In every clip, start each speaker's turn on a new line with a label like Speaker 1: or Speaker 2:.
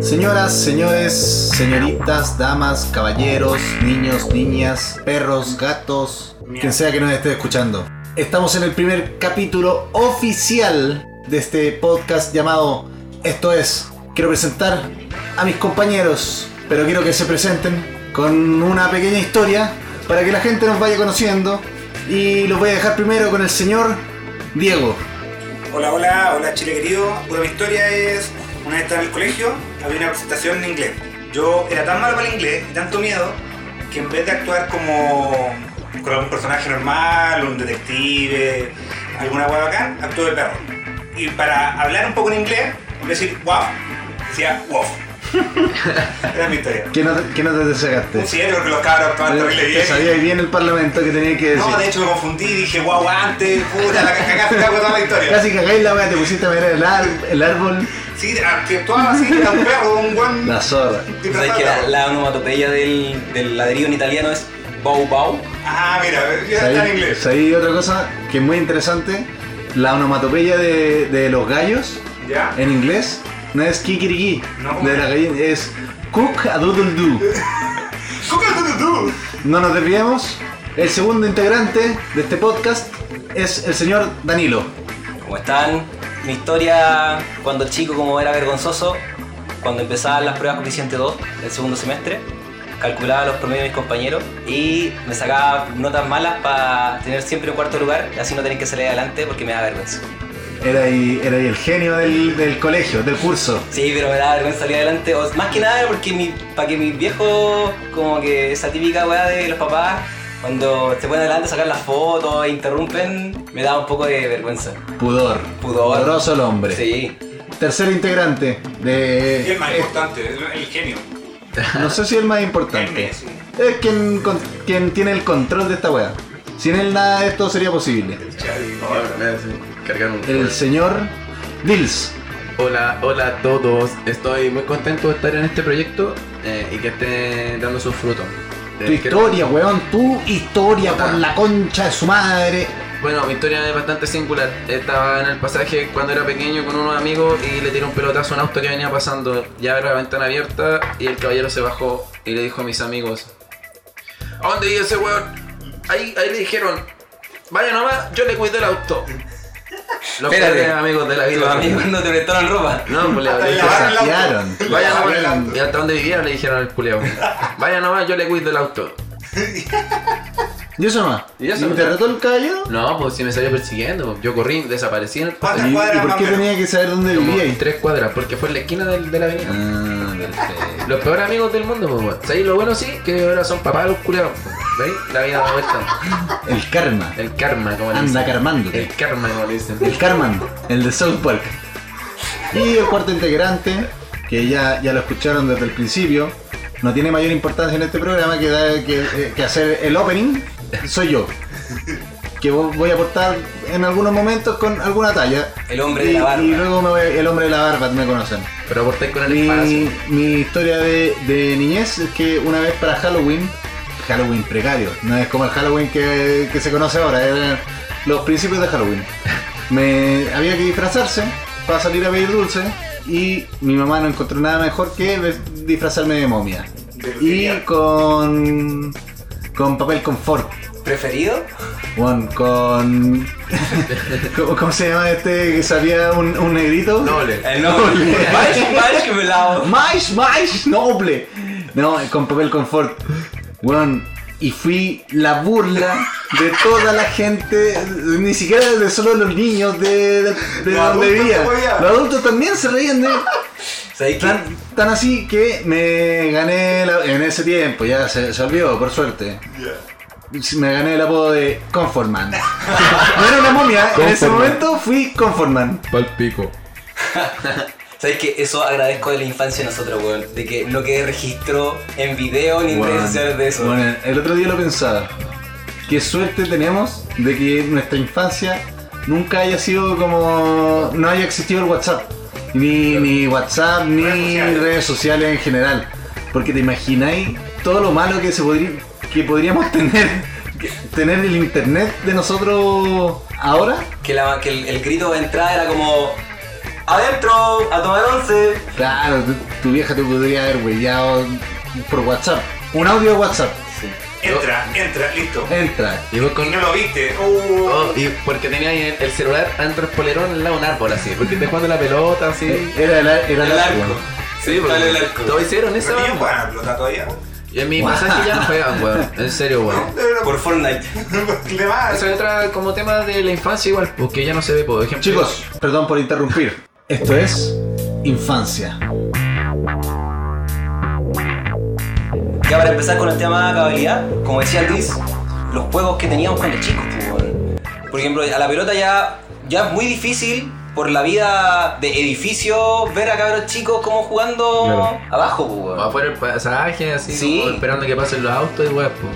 Speaker 1: Señoras, señores, señoritas, damas, caballeros, niños, niñas, perros, gatos, quien sea que nos esté escuchando. Estamos en el primer capítulo oficial de este podcast llamado Esto es. Quiero presentar a mis compañeros, pero quiero que se presenten con una pequeña historia para que la gente nos vaya conociendo. Y los voy a dejar primero con el señor Diego.
Speaker 2: Hola, hola, hola Chile querido. Una de mis historias es, una vez estaba en el colegio, había una presentación en inglés. Yo era tan malo para el inglés y tanto miedo que en vez de actuar como, como un personaje normal, un detective, alguna hueá bacán, actué de perro. Y para hablar un poco en inglés, en vez de decir wow, decía wow. era mi historia.
Speaker 1: ¿Qué no te, qué no te sacaste?
Speaker 2: Sí, yo creo que los cabros actuaban terrible
Speaker 1: Te
Speaker 2: bien.
Speaker 1: sabía bien el parlamento que tenía que decir.
Speaker 2: No, de hecho me confundí, dije wow antes, puta, la cagaste, cago toda la historia.
Speaker 1: Casi cagáis la weá, te pusiste a ver el, ar- el árbol,
Speaker 2: Sí, ah, actuaba así, era un perro, un buen...
Speaker 1: la zorra.
Speaker 3: ¿Sabes que la, la onomatopeya del, del ladrillo en italiano es bow bow?
Speaker 2: Ah, mira, ya está en
Speaker 1: ¿Sabéis
Speaker 2: inglés.
Speaker 1: sabéis otra cosa que es muy interesante? La onomatopeya de, de los gallos
Speaker 2: ¿Ya?
Speaker 1: en inglés no es kikiriki
Speaker 2: No,
Speaker 1: de la gallina, es cook a doodle doo.
Speaker 2: ¿Cómo estás tú?
Speaker 1: No nos desviemos. El segundo integrante de este podcast es el señor Danilo.
Speaker 3: ¿Cómo están? Mi historia cuando chico, como era vergonzoso, cuando empezaban las pruebas coeficiente 2 del segundo semestre, calculaba los promedios de mis compañeros y me sacaba notas malas para tener siempre un cuarto lugar, y así no tener que salir adelante porque me da vergüenza.
Speaker 1: Era ahí, era ahí el genio del, del colegio, del curso.
Speaker 3: Sí, pero me da vergüenza salir adelante. o- más que nada porque mi, para que mis viejos, como que esa típica weá de los papás, cuando te ponen adelante a sacar las fotos e interrumpen, me da un poco de vergüenza.
Speaker 1: Pudor.
Speaker 3: Pudor.
Speaker 1: Pudoroso el hombre.
Speaker 3: Sí.
Speaker 1: Tercer integrante de...
Speaker 2: Y el más
Speaker 1: eh,
Speaker 2: importante, el, el genio.
Speaker 1: No sé si es el más
Speaker 2: El
Speaker 1: importante.
Speaker 2: Messi.
Speaker 1: Es quien, con- quien tiene el control de esta weá. Sin él nada de esto sería posible.
Speaker 4: Ahora me hacen cargar un
Speaker 1: El señor Dils.
Speaker 4: Hola, hola a todos. Estoy muy contento de estar en este proyecto eh, y que esté dando sus frutos.
Speaker 1: Tu
Speaker 4: Eh, que-
Speaker 1: historia, weón. Tu historia por la concha de su madre.
Speaker 4: Bueno, mi historia es bastante singular. Estaba en el pasaje cuando era pequeño con unos amigos y le tiré un pelotazo a un auto que venía pasando. Ya era la ventana abierta y el caballero se bajó y le dijo a mis amigos: ¿A dónde iba ese weón? Ahí, ahí le dijeron: Vaya nomás, yo le cuido el auto. Los
Speaker 3: Espérate.
Speaker 4: peores amigos de la
Speaker 3: Tus
Speaker 4: vida.
Speaker 3: amigos no te prestaron ropa.
Speaker 4: No, pues le
Speaker 2: Hasta la
Speaker 4: le dije,
Speaker 2: barra.
Speaker 1: Saquearon.
Speaker 4: Vaya nomás,
Speaker 1: Saquearon.
Speaker 4: ¿y hasta dónde vivía? Le dijeron al culeo. Vaya nomás, yo le cuido el auto.
Speaker 1: Y eso nomás.
Speaker 4: Y eso
Speaker 1: ¿Y
Speaker 4: nomás.
Speaker 1: te retó el caballero?
Speaker 4: No, pues si me salió persiguiendo, yo corrí, desaparecí en el
Speaker 2: ¿Cuántas
Speaker 1: ¿Y, y
Speaker 2: cuadras
Speaker 1: por
Speaker 2: más
Speaker 1: qué
Speaker 2: o menos?
Speaker 1: tenía que saber dónde
Speaker 4: como
Speaker 1: vivía ahí?
Speaker 4: tres cuadras, porque fue en la esquina del- de la avenida.
Speaker 1: Ah, perfecto.
Speaker 4: Los peores amigos del mundo, pues, weón. ¿Sabes? Lo bueno sí, que ahora son papás los culeados, pues. ¿Veis? La vida da vuelta.
Speaker 1: Ah, El karma.
Speaker 4: El karma, como le
Speaker 1: Anda
Speaker 4: dicen.
Speaker 1: karmándote.
Speaker 4: El karma, como le dicen.
Speaker 1: El Carman, el de South Park. Y el cuarto integrante, que ya, ya lo escucharon desde el principio, no tiene mayor importancia en este programa que, dar- que, eh, que hacer el opening, soy yo. Que vo- voy a aportar en algunos momentos con alguna talla.
Speaker 3: El hombre
Speaker 1: y,
Speaker 3: de la barba.
Speaker 1: y luego me voy- el hombre de la barba, me conocen.
Speaker 4: Pero aporté con el
Speaker 1: Mi,
Speaker 4: espacio.
Speaker 1: mi historia de, de niñez es que una vez para Halloween, Halloween precario, no es como el Halloween que, que se conoce ahora, eran los principios de Halloween. Me había que disfrazarse para salir a pedir dulce y mi mamá no encontró nada mejor que ves- disfrazarme de momia.
Speaker 2: De
Speaker 1: Y
Speaker 2: brujería.
Speaker 1: con, con papel confort.
Speaker 3: ¿Preferido?
Speaker 1: Bueno, con... ¿Cómo, cómo se llama este que salía un, un negrito?
Speaker 4: Noble.
Speaker 3: El noble. Vaya, vaya que me lavo.
Speaker 1: ¡Mais, mais, noble! No, con papel confort. Weón, y fui la burla de toda la gente, ni siquiera de solo los niños de, de, de
Speaker 2: Los
Speaker 1: donde
Speaker 2: adultos
Speaker 1: vivía.
Speaker 2: se podían.
Speaker 1: Los adultos también se reían de mí.
Speaker 3: ¿Sabes qué?
Speaker 1: Tan, tan así que me gané la- en ese tiempo, ya se, se olvidó, por suerte.
Speaker 2: Ya.
Speaker 1: Me gané el apodo de Conforman. No era una momia, en ese
Speaker 4: Conforman.
Speaker 1: momento fui Conforman.
Speaker 4: Pal pico.
Speaker 3: ¿Sabes qué? Eso agradezco de la infancia de nosotros, weón. De que no quede registro en video ni en redes sociales de eso.
Speaker 1: Bueno, el otro día lo pensaba. Qué suerte tenemos de que nuestra infancia nunca haya sido como. no haya existido el WhatsApp. Ni, ni WhatsApp, ni
Speaker 2: Redes sociales.
Speaker 1: redes sociales en general. Porque te imagináis todo lo malo que se podría, que podríamos tener tener el internet de nosotros ahora.
Speaker 3: Que, la- que el, el grito de entrada era como. ¡Adentro! ¡A tomar once!
Speaker 1: Claro, tu, tu vieja te podría haber huellado por WhatsApp. Un audio de WhatsApp.
Speaker 2: Entra, entra, listo.
Speaker 1: Eh. Entra.
Speaker 4: Y vos con...
Speaker 2: No lo viste. Uh,
Speaker 4: Oh, y porque tenía ahí el, el celular adentro del polerón al lado de un árbol así, porque te jugando la pelota así.
Speaker 1: Eh, Era el, era
Speaker 3: El arco.
Speaker 4: Sí, pues.
Speaker 3: Dale el arco.
Speaker 4: todos hicieron
Speaker 2: Los
Speaker 4: eso.
Speaker 2: niños juegan a la pelota todavía.
Speaker 4: Y en mi
Speaker 1: Guau.
Speaker 4: pasaje ya no juegan, weón. En serio, weón.
Speaker 3: Por Fortnite.
Speaker 2: Le va.
Speaker 4: Eso Ah, entra como tema de la infancia igual, porque ya no se ve, por ejemplo.
Speaker 1: Chicos, perdón por interrumpir. Esto es infancia.
Speaker 3: Ya para empezar con el tema de acababilidad, como decía Luis, los juegos que teníamos cuando chicos, pues, weón. por ejemplo, a la pelota ya, ya es muy difícil por la vida de edificio ver a cabros chicos como jugando
Speaker 1: Claro.
Speaker 3: abajo, pues, weón.
Speaker 4: afuera el pasaje, así,
Speaker 3: Sí.
Speaker 4: como esperando que pasen los autos y weón, pues.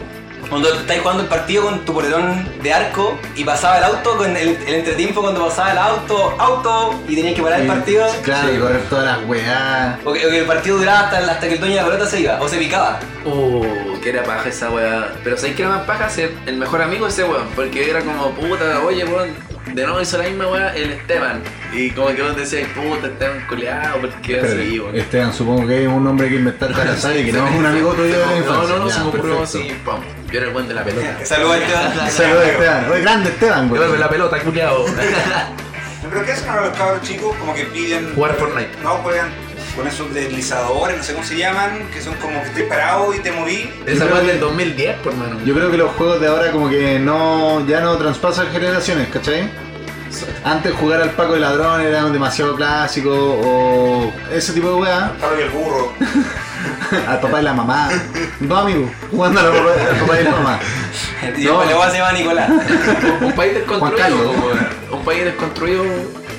Speaker 3: Cuando estáis jugando el partido con tu polerón de arco y pasaba el auto, con el, el entretiempo cuando pasaba el auto, auto, y tenías que parar el
Speaker 1: Sí,
Speaker 3: partido.
Speaker 1: Claro, y correr todas las weá.
Speaker 3: O que, o que el partido duraba hasta, hasta que el dueño de la pelota se iba, o se picaba.
Speaker 4: Uh, que era paja esa weá. Pero sabéis que era más paja ser el mejor amigo de ese weón. Porque era como, puta, oye weón, de nuevo hizo la misma weá el Esteban. Y como que vos decías, puta, Esteban culeado, porque
Speaker 1: Espérate,
Speaker 4: así, weón.
Speaker 1: Esteban, supongo que es un nombre que inventaste al azar y que no es un amigo tuyo de la
Speaker 4: No,
Speaker 1: infancia.
Speaker 4: no, no,
Speaker 1: Ya,
Speaker 4: se me ocurrió
Speaker 1: perfecto.
Speaker 4: así, pam. Yo era el buen de la pelota.
Speaker 3: Saludos a Esteban.
Speaker 1: Saludos, Esteban. Oye, grande Esteban,
Speaker 4: Yo
Speaker 1: güey.
Speaker 4: era el de la pelota, culeado.
Speaker 2: Pero ¿qué hacen ahora los cabros chicos? Como que piden.
Speaker 4: Jugar Fortnite.
Speaker 2: No, juegan con esos deslizadores, no sé cómo se llaman, que son como que estoy parado y te moví.
Speaker 4: Esa
Speaker 1: Yo
Speaker 4: weá
Speaker 1: creo
Speaker 4: del
Speaker 1: que-
Speaker 4: 2010, por mano.
Speaker 1: Yo creo que los juegos de ahora como que no ya no traspasan generaciones, ¿cachai? Antes jugar al Paco y Ladrón era demasiado clásico o ese tipo de weá.
Speaker 2: Pablo y el burro.
Speaker 1: Al papá y la mamá. Dos amigos jugando al papá, al papá y la mamá.
Speaker 3: Y después
Speaker 1: No.
Speaker 3: le voy a hacer a Nicolás.
Speaker 4: Un país desconstruido,
Speaker 1: Carlos.
Speaker 4: weón. Un país desconstruido.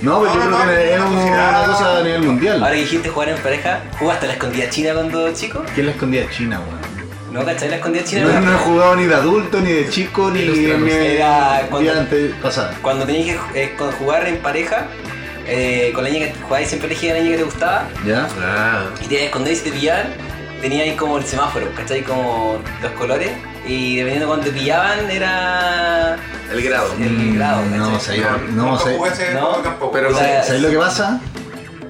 Speaker 1: No, pero yo
Speaker 2: No, no,
Speaker 1: creo que
Speaker 2: no,
Speaker 1: es
Speaker 2: no,
Speaker 1: un-
Speaker 2: no,
Speaker 1: una
Speaker 2: no.
Speaker 1: cosa a nivel
Speaker 3: Ahora
Speaker 1: mundial.
Speaker 3: que dijiste jugar en pareja, ¿jugaste a la escondida china cuando chico?
Speaker 1: ¿Quién la escondía de China, weón?
Speaker 3: ¿No cachai la escondida china?
Speaker 1: No, no he jugado ni de adulto, ni de chico, ni de
Speaker 4: Ilustranos.
Speaker 3: Era
Speaker 1: mi
Speaker 3: cuando-
Speaker 1: vida antes pasada.
Speaker 3: Cuando tenías que eh, con- jugar en pareja, eh, con la niña que jugabas siempre elegías a la niña que te gustaba
Speaker 1: ¿Ya?
Speaker 4: Ah.
Speaker 3: y te escondías y te pillaban, tenías ahí como el semáforo, ¿cachai? Como los colores y dependiendo de cuándo te pillaban era...
Speaker 4: El grado.
Speaker 3: El grado, ¿cachai?
Speaker 1: Mm, No sé,
Speaker 4: No,
Speaker 1: no
Speaker 2: Nunca
Speaker 1: sé.
Speaker 2: jugué ese
Speaker 3: No,
Speaker 2: juego tampoco.
Speaker 4: pero-
Speaker 3: o sea,
Speaker 1: ¿Sabes lo que pasa?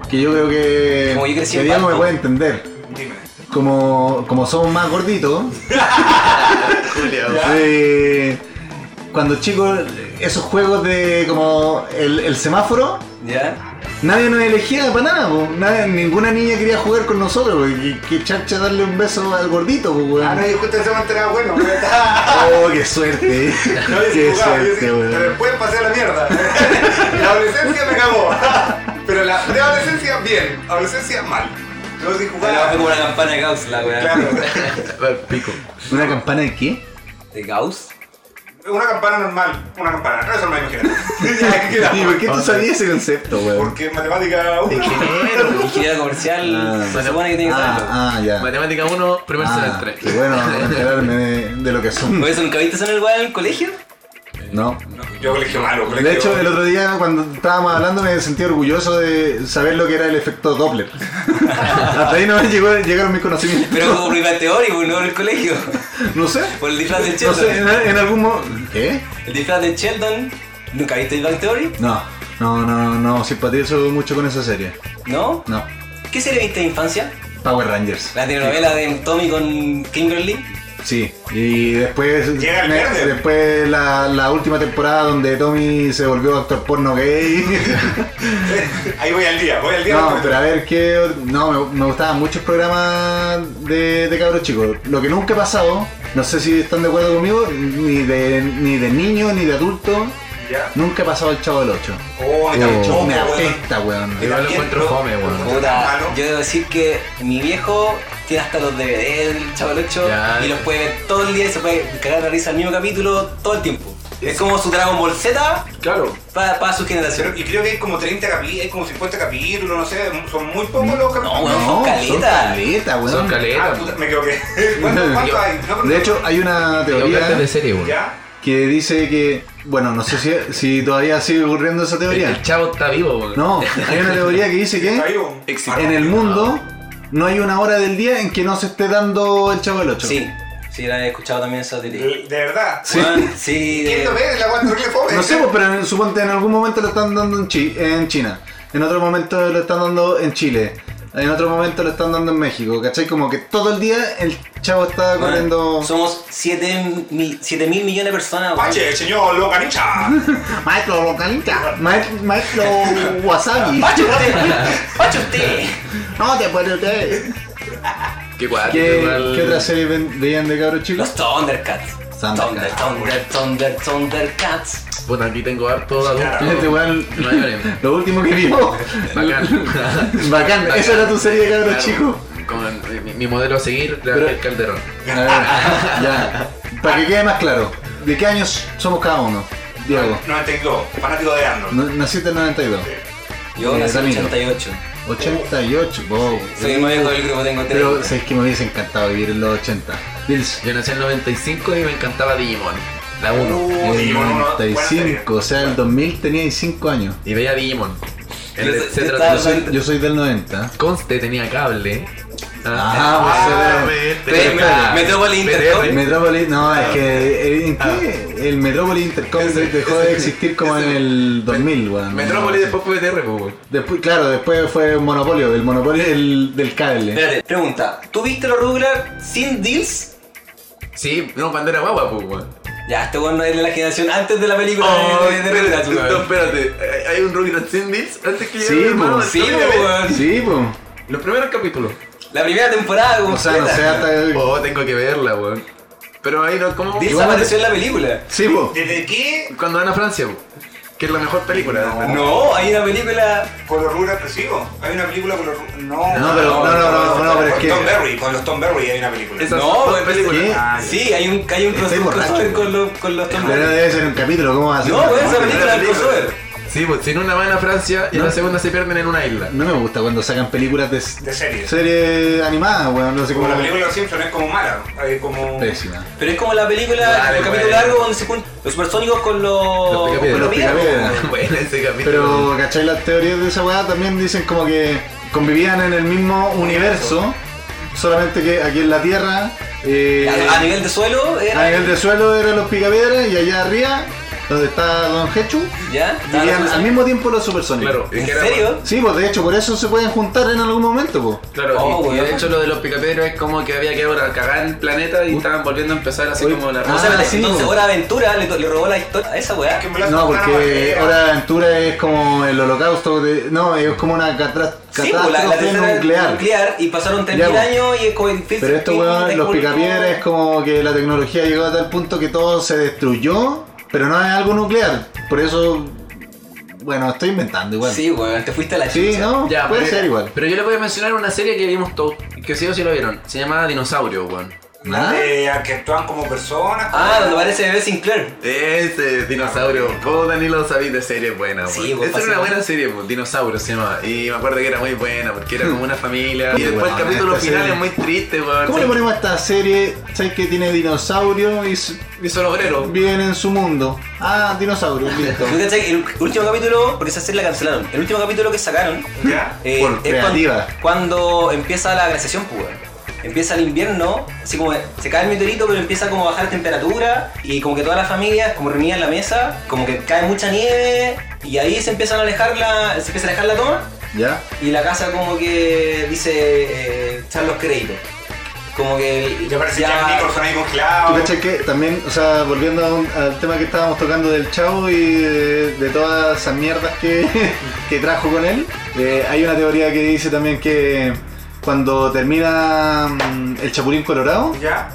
Speaker 1: Que yo creo que.
Speaker 3: Como yo crecí
Speaker 1: que
Speaker 3: en
Speaker 1: Diego me
Speaker 3: Valpo.
Speaker 1: puede entender.
Speaker 2: Dime.
Speaker 1: Como, como somos más gorditos,
Speaker 4: Julio.
Speaker 1: eh, cuando chicos, esos juegos de como el, el semáforo,
Speaker 3: ¿Ya?
Speaker 1: nadie nos elegía para nada, po. Nadie- ninguna niña quería jugar con nosotros, porque que chacha darle un beso al gordito, po, weón.
Speaker 2: Ah, no, yo justo en ese momento era bueno, pero estaba.
Speaker 1: Oh, qué suerte,
Speaker 2: No había
Speaker 1: qué
Speaker 2: jugado, yo sí,
Speaker 1: suerte,
Speaker 2: pero
Speaker 1: weón.
Speaker 2: después pasé a la mierda. La adolescencia me cagó. Pero la preadolescencia, bien. Adolescencia, mal. Yo sí
Speaker 3: Era
Speaker 2: jugaba.
Speaker 3: como una campana de Gauss la weá.
Speaker 2: Claro.
Speaker 4: Pico.
Speaker 1: ¿Una campana de qué?
Speaker 3: ¿De Gauss?
Speaker 2: Una campana normal. Una campana. Eso no me imagino. Ya, Ah, ¿qué
Speaker 1: ¿Y
Speaker 2: quedamos?
Speaker 1: por qué tú sabías ese concepto, weón?
Speaker 2: Porque matemática 1.
Speaker 4: Ingeniero.
Speaker 3: Ingeniero comercial,
Speaker 1: Ah.
Speaker 3: se supone que tiene que saberlo.
Speaker 1: Ah, ah, ya.
Speaker 4: Matemática 1, primer
Speaker 1: Ah,
Speaker 4: semestre.
Speaker 1: qué bueno enterarme de, de lo que son.
Speaker 3: ¿Por eso nunca viste sonar el weá en el colegio?
Speaker 1: No.
Speaker 2: Yo colegio malo. Colegio...
Speaker 1: De hecho, el otro día cuando estábamos hablando me sentí orgulloso de saber lo que era el efecto Doppler. Hasta ahí no me llegó, llegaron mis conocimientos.
Speaker 3: Pero como primer teórico, no en el colegio.
Speaker 1: no sé.
Speaker 3: Por el disfraz de
Speaker 1: No
Speaker 3: Sheldon.
Speaker 1: sé, en, en algún ¿Eh? momento... ¿Qué?
Speaker 3: El disfraz de Sheldon. ¿Nunca viste Big Bang Theory?
Speaker 1: No. No, no, no simpatizo mucho con esa serie.
Speaker 3: ¿No?
Speaker 1: No.
Speaker 3: ¿Qué serie viste de infancia?
Speaker 1: Power Rangers.
Speaker 3: La telenovela de Tommy con Kimberly.
Speaker 1: Sí. Y después...
Speaker 2: Llega el
Speaker 1: me-
Speaker 2: verde.
Speaker 1: después la, la última temporada donde Tommy se volvió actor porno gay.
Speaker 2: Ahí voy al día. Voy al día.
Speaker 1: No, pero a ver qué. No, me, me gustaban muchos programas de, de cabros chicos. Lo que nunca ha pasado, no sé si están de acuerdo conmigo, ni de, ni de niño, ni de adulto,
Speaker 2: Ya.
Speaker 1: nunca ha pasado el chavo del 8.
Speaker 2: Oh, me
Speaker 1: Oh,
Speaker 2: está choco,
Speaker 1: me
Speaker 2: weón.
Speaker 1: afecta, weón.
Speaker 4: Igual lo
Speaker 2: También,
Speaker 4: encuentro
Speaker 2: no.
Speaker 4: fome, weón.
Speaker 1: Ah,
Speaker 3: Puta,
Speaker 2: malo.
Speaker 3: yo debo decir que mi viejo tiene hasta los DVD del Chaval 8
Speaker 4: Ya.
Speaker 3: y los puede ver todo el día y se puede cagar la risa al mismo capítulo todo el tiempo. Es como su Dragon Ball Z
Speaker 4: Claro.
Speaker 3: para su
Speaker 2: Pero-
Speaker 3: generación.
Speaker 2: y creo que hay como 30 capítulos, hay como 50 capítulos, no sé, son muy pocos los capítulos.
Speaker 3: weón, son
Speaker 1: son
Speaker 3: caleta.
Speaker 1: caleta, weón.
Speaker 4: Son
Speaker 2: Ah,
Speaker 4: caletas.
Speaker 2: puta, me equivoqué. ¿Cuánto, cuánto hay? No, pero-
Speaker 1: De hecho, hay una
Speaker 4: Hablaste de
Speaker 1: teoría ¿eh?
Speaker 4: serie, weón.
Speaker 2: ¿ya?
Speaker 1: que dice que. Bueno, no sé si, si todavía sigue ocurriendo esa
Speaker 4: El,
Speaker 1: teoría.
Speaker 4: el chavo está vivo, weón.
Speaker 1: No, hay una teoría que dice que.
Speaker 2: ¿Está vivo?
Speaker 4: Exi-
Speaker 2: Ah, no.
Speaker 1: En el mundo no hay una hora del día en que no se esté dando el Chavo del 8.
Speaker 3: Sí. Sí, la he escuchado también esa teoría.
Speaker 2: De, de verdad.
Speaker 1: Sí.
Speaker 3: Weón, sí, de-
Speaker 2: ¿Quién lo ve? La guanta horrible pobre.
Speaker 1: No sé, pues, pero en- suponte en algún momento lo están dando en, Chi- en China, en otro momento lo están dando en Chile, en otro momento lo están dando en México, ¿cachai? Como que todo el día el chavo está
Speaker 3: weón,
Speaker 1: corriendo...
Speaker 3: Somos 7 mil, millones de personas, weón.
Speaker 2: Pache, el señor Loganicha.
Speaker 1: Maestro localita, maestro, maestro wasabi.
Speaker 3: ¡Pacho usted! ¡Pacho usted!
Speaker 1: No, te puede usted.
Speaker 4: Este Qué guay.
Speaker 1: ¿Qué, ¿Qué otra serie ven- veían de cabros chicos?
Speaker 3: Los Thundercats. Thunder,
Speaker 1: Thundercats.
Speaker 3: Thunder, Thunder, Thundercats.
Speaker 4: Puta, aquí tengo harto de adulto.
Speaker 1: Este weón,
Speaker 4: No hay problema.
Speaker 1: lo último que vio.
Speaker 4: Bacán.
Speaker 1: Bacán, esa era tu serie de cabros
Speaker 4: Claro,
Speaker 1: chicos.
Speaker 4: como mi- mi, mi modelo a seguir, la
Speaker 1: Pero-
Speaker 4: el Calderón.
Speaker 1: A ver, ya. Para que quede más claro, ¿de qué años somos cada uno? Diego,
Speaker 2: 92, fanático de Arnold.
Speaker 1: no- naciste en 92.
Speaker 3: Yo
Speaker 1: Eh,
Speaker 3: nací en
Speaker 1: Ramiro.
Speaker 3: 88.
Speaker 1: 88, wow.
Speaker 3: Soy el más viejo del grupo, tengo 3.
Speaker 1: Pero sabes que me hubiese encantado vivir en los 80. Bills,
Speaker 4: Yo nací en el 95 y me encantaba Digimon, la 1.
Speaker 2: Uh,
Speaker 1: en el
Speaker 2: Digimon, uno, buena
Speaker 1: 95,
Speaker 2: serie.
Speaker 1: o sea, en el 2000 tenía 5 años.
Speaker 4: Y veía Digimon. El
Speaker 3: Yo-
Speaker 4: de-
Speaker 3: yo
Speaker 4: se
Speaker 3: estaba-
Speaker 4: trató-
Speaker 1: Yo soy, yo soy del 90.
Speaker 4: Conste, tenía cable.
Speaker 1: Ah, pues, eh,
Speaker 4: pero
Speaker 3: eh,
Speaker 4: espera,
Speaker 3: Metrópolis
Speaker 4: espera,
Speaker 1: El
Speaker 3: Intercom.
Speaker 1: Metrópolis, no,
Speaker 4: Ah,
Speaker 1: es que el, ¿qué? el Metrópolis Intercom dejó de existir como en el 2000, weón.
Speaker 4: Metrópolis después fue BTR, pues, güey.
Speaker 1: Después, claro, después fue un monopolio, el monopolio del, del
Speaker 4: Eh,
Speaker 1: cable.
Speaker 3: Espérate, pregunta. ¿Tú viste los Rugrats sin deals?
Speaker 4: Sí, no, cuando era guagua, pues, güey.
Speaker 3: Ya, este bueno es de la generación antes de la película
Speaker 4: Oh,
Speaker 3: de, de, de Rugrats,
Speaker 4: espérate, no,
Speaker 3: weón.
Speaker 4: espérate. Eh, Hay un Rugrats sin Beats antes que
Speaker 1: Sí,
Speaker 4: llegue mi hermano,
Speaker 1: pues,
Speaker 3: Sí,
Speaker 4: yo voy a ver
Speaker 3: weón.
Speaker 1: Sí, pues.
Speaker 4: Los primeros capítulos.
Speaker 3: La primera temporada, weón.
Speaker 1: O sea, no sé hasta.
Speaker 4: Oh, tengo que verla, weón. Pero ahí no, ¿cómo?
Speaker 3: Deals
Speaker 1: Igual-
Speaker 3: apareció en la película.
Speaker 1: Sí, pues.
Speaker 2: ¿Desde qué?
Speaker 4: Cuando van a Francia, weón. Que es la mejor película.
Speaker 2: No.
Speaker 3: No, hay una película.
Speaker 2: ¿Con los Rugrats expresivos? ¿Hay una película con los Rugrats? No,
Speaker 1: No, pero- no, no, no, no, pero es
Speaker 2: con
Speaker 1: que-
Speaker 2: Tom Berry, con los Tom Berry hay una película.
Speaker 4: Esas
Speaker 3: No,
Speaker 4: dos
Speaker 3: weón,
Speaker 4: películas.
Speaker 1: ¿qué?
Speaker 2: Ah, ya.
Speaker 3: Sí, hay un, hay un
Speaker 1: Estoy
Speaker 3: crossover crossover
Speaker 1: borracho.
Speaker 3: con los, con los Tom
Speaker 1: Pero
Speaker 3: Hanks.
Speaker 1: debe ser un capítulo, ¿cómo vas a hacer?
Speaker 3: No,
Speaker 4: pues,
Speaker 3: weón, esa película es
Speaker 4: película.
Speaker 3: crossover.
Speaker 4: Sí, pues si en una van a Francia y en la segunda se pierden en una isla.
Speaker 1: No me gusta cuando sacan películas de,
Speaker 2: De serie.
Speaker 1: serie animada, weón. No sé cómo.
Speaker 2: Como la película de los Simpsons es como mala. Hay como...
Speaker 1: Pésima.
Speaker 3: Pero es como la película,
Speaker 4: Dale,
Speaker 3: el capítulo
Speaker 4: weón.
Speaker 3: largo donde se juntan los supersónicos con los. pues.
Speaker 4: Los
Speaker 1: Los
Speaker 3: con
Speaker 4: picapiedras.
Speaker 1: picapiedras.
Speaker 3: weón.
Speaker 4: bueno, ese capítulo.
Speaker 1: Pero, ¿cachai? Las teorías de esa weá también dicen como que convivían en el mismo universo, solamente que aquí en la Tierra, eh,
Speaker 3: A, a nivel de suelo era.
Speaker 1: a nivel de suelo eran los picapiedras y allá arriba, donde está Don Hechu,
Speaker 3: ¿Ya?
Speaker 1: vivían al mismo tiempo los supersónicos.
Speaker 4: Claro, es
Speaker 3: ¿En
Speaker 4: que era-
Speaker 3: serio?
Speaker 1: Sí, pues de hecho, por eso se pueden juntar en algún momento, pues.
Speaker 4: Claro,
Speaker 3: Oh,
Speaker 4: y- y,
Speaker 3: weón.
Speaker 4: de hecho lo de los picapedros es como que había que ahora cagar el planeta y estaban volviendo a empezar así
Speaker 1: Uy.
Speaker 4: como la
Speaker 1: Ah,
Speaker 3: o sea, espérate,
Speaker 1: sí,
Speaker 3: entonces
Speaker 1: weón.
Speaker 3: Hora Aventura le, to- le robó la historia a esa weá.
Speaker 2: Que me la
Speaker 1: No,
Speaker 2: soltaron
Speaker 1: porque
Speaker 2: a-
Speaker 1: Hora de Aventura es como el holocausto, de- no, es como una catra-
Speaker 3: Sí, pues, la, la
Speaker 1: catástrofe
Speaker 3: tercera
Speaker 1: nuclear.
Speaker 3: y
Speaker 1: Ya,
Speaker 3: pasaron 3.000
Speaker 1: pues.
Speaker 3: años y es como el
Speaker 1: Pero esto, weón, los picapiedras es como que la tecnología llegó a tal punto que todo se destruyó, pero no es algo nuclear. Por eso, bueno, estoy inventando igual.
Speaker 3: Sí, weón, te fuiste a la
Speaker 1: Sí,
Speaker 3: chucha.
Speaker 1: ¿no?
Speaker 4: Ya,
Speaker 1: Puede
Speaker 4: pero-
Speaker 1: ser igual.
Speaker 4: Pero yo le voy a mencionar una serie que vimos todos, que sí o sí lo vieron. Se llamaba Dinosaurio, weón.
Speaker 1: ¿Ah?
Speaker 2: Eh, a que actúan como personas.
Speaker 3: Ah, donde aparece Bebé Sinclair.
Speaker 4: Ese dinosaurio, vos Danilo sabéis de series buenas,
Speaker 3: Sí,
Speaker 4: weón.
Speaker 3: vos
Speaker 4: Esa era
Speaker 3: pasé-
Speaker 4: una buena serie, weón. Dinosaurio se llamaba. Y me acuerdo que era muy buena porque era como una familia. Y
Speaker 1: Sí,
Speaker 4: después
Speaker 1: weón,
Speaker 4: el capítulo
Speaker 1: esta
Speaker 4: final
Speaker 1: serie.
Speaker 4: es muy triste, weón.
Speaker 1: ¿Cómo le ponemos a esta serie? ¿Sabes que tiene dinosaurios y s-
Speaker 4: Y son obreros.
Speaker 1: viven en su mundo? Ah, dinosaurios, listo.
Speaker 3: ¿Tú cachai? El último capítulo, porque esa serie la cancelaron. El último capítulo que sacaron
Speaker 2: Ya.
Speaker 3: Eh,
Speaker 1: Por
Speaker 3: es
Speaker 1: creativa.
Speaker 3: cuan- Cuando, empieza la glaciación, pues, weón. Empieza el invierno, así como se cae el meteorito, pero empieza como a bajar la temperatura y como que toda la familia como reunida en la mesa, como que cae mucha nieve y ahí se empiezan a alejar la, se empieza a alejar la toma
Speaker 1: ¿Ya?
Speaker 3: y la casa como que dice eh, echar los créditos. Como que
Speaker 2: Y aparece Jack Nicholson ahí
Speaker 1: ¿Tú
Speaker 2: congelado.
Speaker 1: cachas Ah, que también, o sea, volviendo a un- al tema que estábamos tocando del chavo y de, de todas esas mierdas que, que trajo con él, eh, hay una teoría que dice también que cuando termina mm, el Chapulín Colorado,
Speaker 2: Ya.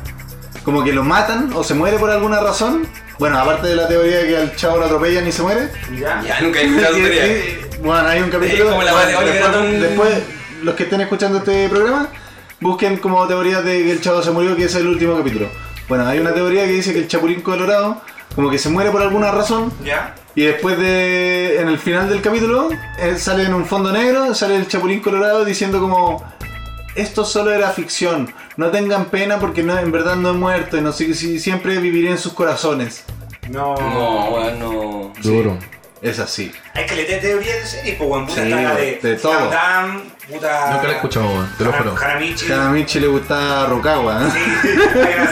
Speaker 1: como que lo matan o se muere por alguna razón. Bueno, aparte de la teoría que al chavo lo atropellan y se muere.
Speaker 2: Ya.
Speaker 3: Ya nunca hay una
Speaker 1: Y-
Speaker 3: tontería.
Speaker 1: y- bueno, hay un capítulo.
Speaker 3: Es como la madre de Oliver
Speaker 1: después,
Speaker 3: Atom.
Speaker 1: después, los que estén escuchando este programa, busquen como teoría de que el chavo se murió, que es el último capítulo. Bueno, hay una teoría que dice que el chapulín colorado, como que se muere por alguna razón,
Speaker 2: Ya.
Speaker 1: y después de. en el final del capítulo, él sale en un fondo negro, sale el Chapulín Colorado diciendo como. Esto solo era ficción. No tengan pena porque no, en verdad no he muerto y no sé si siempre viviré en sus corazones.
Speaker 2: No.
Speaker 3: No, weón, no.
Speaker 1: Duro. Es así.
Speaker 2: Hay que le teoría de series, pues, weón. Puta,
Speaker 1: Sí,
Speaker 2: está la de
Speaker 1: de todo.
Speaker 2: Van Damme, Puta.
Speaker 4: Nunca la he escuchado, weón, te lo
Speaker 2: Jara-
Speaker 4: juro.
Speaker 2: Jaramichi.
Speaker 1: Que A Michi le gustaba Rokawa, ¿eh?
Speaker 2: Sí,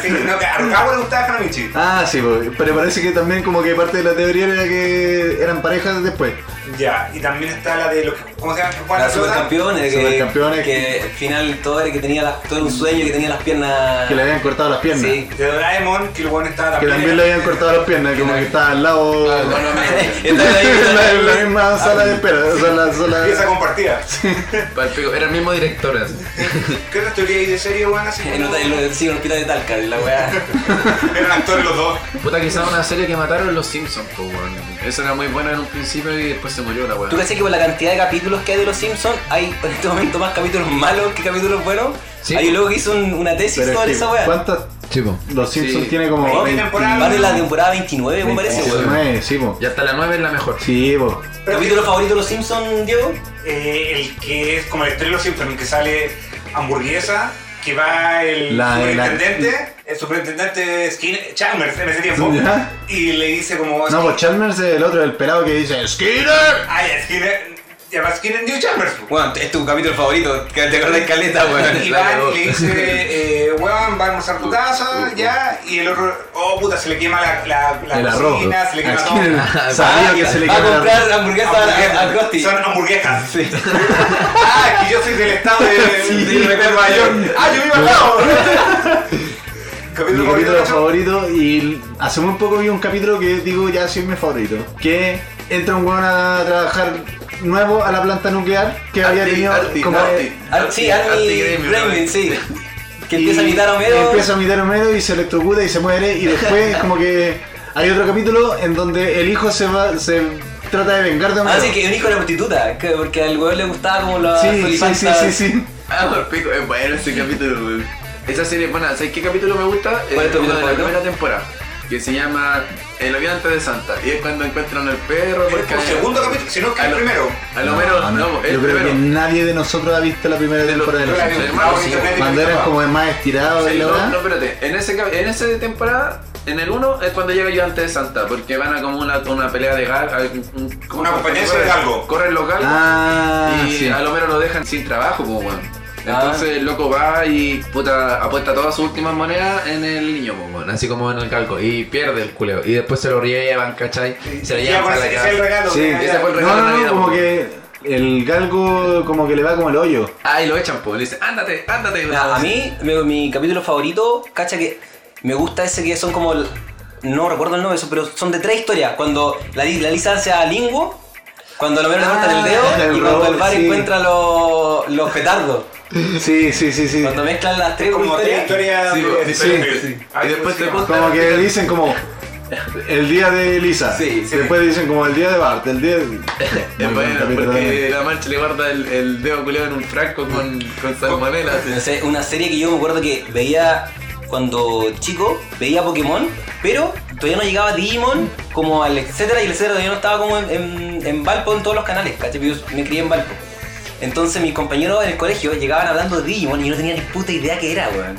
Speaker 2: sí, no, que a Rukawa le gustaba Jaramichi.
Speaker 1: Ah, sí, pues, pero parece que también como que parte de la teoría era que eran parejas después.
Speaker 2: Ya, y también está la de los. ¿Cómo se llama? Juan
Speaker 3: La
Speaker 2: Sosa.
Speaker 3: supercampeones, que,
Speaker 1: Supercampeones.
Speaker 3: que al final todo era, que tenía las- todo era un sueño, que tenía las piernas...
Speaker 1: Que le habían cortado las piernas.
Speaker 3: Sí.
Speaker 2: De Doraemon, que el weón estaba
Speaker 1: Que
Speaker 2: también.
Speaker 1: también le habían cortado las piernas, como que estaba al lado.
Speaker 4: Ah, no, no, no.
Speaker 1: En
Speaker 3: Entonces,
Speaker 1: la, en la
Speaker 3: ahí-
Speaker 1: misma sala de espera. o sea, la- sala-
Speaker 2: Pieza compartida.
Speaker 4: Pa'l pico, Era el mismo director. así.
Speaker 2: ¿Qué otra teoría hay de serie, weón? Así
Speaker 3: en
Speaker 2: como-
Speaker 3: otra- en lo- sí, en el hospital de Talca, la weá.
Speaker 2: Eran actores los dos.
Speaker 4: Puta, quizás una serie que mataron los Simpsons, po, weón. Esa era muy buena en un principio y después se murió la weá.
Speaker 3: ¿Tú crees que con la cantidad de capítulos que hay de Los Simpsons hay en este momento más capítulos malos que capítulos buenos?
Speaker 4: Sí.
Speaker 3: Hay un loco que hizo un- una tesis
Speaker 1: Pero es
Speaker 3: sobre
Speaker 1: que,
Speaker 3: esa weá.
Speaker 1: ¿Cuántas?
Speaker 4: Chico.
Speaker 1: Los Simpsons
Speaker 4: Sí.
Speaker 1: tiene como.
Speaker 2: Veinte
Speaker 1: 20,
Speaker 2: temporadas.
Speaker 3: Van en la temporada 29, me parece, weón.
Speaker 1: 19, sí, po.
Speaker 4: Y hasta la 9 es la mejor.
Speaker 1: Sí, po.
Speaker 3: ¿Capítulo favorito de Los Simpsons, Diego?
Speaker 2: Eh, el que es como el estrella de los Simpsons, el que sale hamburguesa, que va el
Speaker 1: La de la-
Speaker 2: superintendente, el superintendente Skinner, Chalmers en ese tiempo,
Speaker 1: Ya.
Speaker 2: y le dice como...
Speaker 1: No, pues Chalmers es el otro, el pelado que dice ¡Skinner!
Speaker 2: Ay, Skinner, ya va Skinner New Chalmers. po".
Speaker 3: Bueno, este es tu capítulo favorito, que te acordás caleta,
Speaker 2: Y
Speaker 3: weón.
Speaker 2: va
Speaker 4: cagó.
Speaker 2: y le dice, eh, weón, va a almorzar a tu casa, ya, y el otro, oh puta, se le quema la, la, la
Speaker 1: Uh, el arroz. Ah,
Speaker 2: cocina, se le
Speaker 1: A
Speaker 2: quema todo.
Speaker 1: Skinner Sabía que se le
Speaker 3: va a
Speaker 1: quema el arroz.
Speaker 3: comprar hamburguesa al Costi.
Speaker 2: Son hamburguesas. Ah, es que yo soy del estado de,
Speaker 1: Sí.
Speaker 2: de Nueva York. Ah, yo vivo al lado.
Speaker 1: Mi
Speaker 2: Capítulo
Speaker 1: capítulo
Speaker 2: favorito.
Speaker 1: favorito y hace muy poco vi un capítulo que digo ya sí es mi favorito. Que entra un weón a trabajar nuevo a la planta nuclear que había
Speaker 4: Arti,
Speaker 1: tenido
Speaker 4: Arti,
Speaker 1: como
Speaker 4: Arti.
Speaker 3: Ah, sí, Arnie
Speaker 4: Artie Gremlin,
Speaker 3: Gremlin, sí. Que
Speaker 1: y-
Speaker 3: empieza a imitar a
Speaker 1: y
Speaker 3: Homero.
Speaker 1: Empieza a imitar a Homero y se electrocuta y se muere y después como que hay otro capítulo en donde el hijo se va se trata de vengar de Homero.
Speaker 3: Ah, sí, que un hijo de la prostituta, que- porque al weón le gustaba como la
Speaker 1: sí, sí, sí, sí, sí.
Speaker 4: Ah, por pico, es bueno ese capítulo, weón. Esa serie es buena, ¿sabes qué capítulo me gusta? Eh,
Speaker 3: ¿Cuál es tu
Speaker 4: uno de
Speaker 3: capítulo
Speaker 4: la
Speaker 3: favorito?
Speaker 4: primera temporada, que se llama El aviante de Santa. Y es cuando encuentran al perro, porque.
Speaker 2: El segundo capítulo, si no, que
Speaker 4: A
Speaker 2: el
Speaker 4: lo-
Speaker 2: primero.
Speaker 4: A lo menos, no,
Speaker 1: Ah, yo
Speaker 4: el
Speaker 1: creo que
Speaker 4: primero.
Speaker 1: nadie de nosotros ha visto la primera
Speaker 4: De los-
Speaker 1: temporada de
Speaker 2: Yo
Speaker 1: los
Speaker 2: la
Speaker 4: Claro,
Speaker 2: he
Speaker 1: Simpsons.
Speaker 2: encontrado en
Speaker 4: sí,
Speaker 2: internet y
Speaker 1: Cuando
Speaker 2: me
Speaker 1: eran
Speaker 2: gustaba.
Speaker 1: como más estirados
Speaker 4: Sí,
Speaker 1: y la
Speaker 4: no,
Speaker 1: verdad.
Speaker 4: no, espérate. En, ese, cap- en esa temporada, en el 1 es cuando llega el ayudante de Santa, porque van a como una, una pelea de gal. a- un- ¿cómo
Speaker 2: Una
Speaker 4: se llama?
Speaker 2: competencia
Speaker 4: Corren-
Speaker 2: de galgo.
Speaker 4: Corren los galgos.
Speaker 1: Ah,
Speaker 4: y
Speaker 1: sí.
Speaker 4: a lo menos lo dejan sin trabajo, pues, weón.
Speaker 3: Ah.
Speaker 4: Entonces el loco va y puta, apuesta todas sus últimas monedas en el niño, pues, weón, así como en el calco. Y pierde el culeo. Y después se lo llevan, ¿cachai? Se lo
Speaker 2: Ya,
Speaker 4: llevan
Speaker 2: pues,
Speaker 4: para la
Speaker 2: ese
Speaker 4: casa.
Speaker 2: es el regalo. pues.
Speaker 1: Sí,
Speaker 2: que-
Speaker 4: ese fue
Speaker 1: No,
Speaker 4: el regalo
Speaker 1: no,
Speaker 4: de
Speaker 1: no,
Speaker 4: Navidad,
Speaker 1: como
Speaker 4: po.
Speaker 1: que el galgo como que le va como el hoyo.
Speaker 4: Ah, y lo echan, pues. Le dicen, ándate, ándate.
Speaker 1: Ah,
Speaker 3: Mira, a mí, mi, mi capítulo favorito, cacha que me gusta ese que son como. el- no recuerdo el nombre de eso, pero son de tres historias. Cuando la, li- la Lisa hace a Lingo, cuando lo menos le
Speaker 1: Ah,
Speaker 3: cortan el
Speaker 1: el
Speaker 3: dedo y cuando el
Speaker 1: robot,
Speaker 3: bar
Speaker 1: sí.
Speaker 3: encuentra los, los petardos.
Speaker 1: Sí, sí, sí, sí.
Speaker 3: Cuando mezclan las tres
Speaker 2: Como tres historias
Speaker 3: historias.
Speaker 4: Sí,
Speaker 2: de-
Speaker 1: sí,
Speaker 2: diferentes.
Speaker 4: sí.
Speaker 2: Ay,
Speaker 4: Y después
Speaker 2: sí,
Speaker 4: te
Speaker 2: no.
Speaker 4: conté-
Speaker 1: Como que dicen como el día de Lisa.
Speaker 4: Sí, sí.
Speaker 1: Después dicen como el día de Bart, el día de...
Speaker 4: Es
Speaker 1: Muy buen
Speaker 4: bueno,
Speaker 1: capítulo
Speaker 4: porque
Speaker 1: también.
Speaker 4: la marcha le guarda el, el dedo culeado en un frasco con, con salmonela. así.
Speaker 3: No sé, una serie que yo me acuerdo que veía cuando chico, veía Pokémon, pero todavía no llegaba Digimon como al etcétera y el etcétera todavía no estaba como en, en, en Valpo en todos los canales, ¿cachai? Yo me crié en Valpo. Entonces mis compañeros en el colegio llegaban hablando de Digimon y yo no tenía ni puta idea qué era, weón.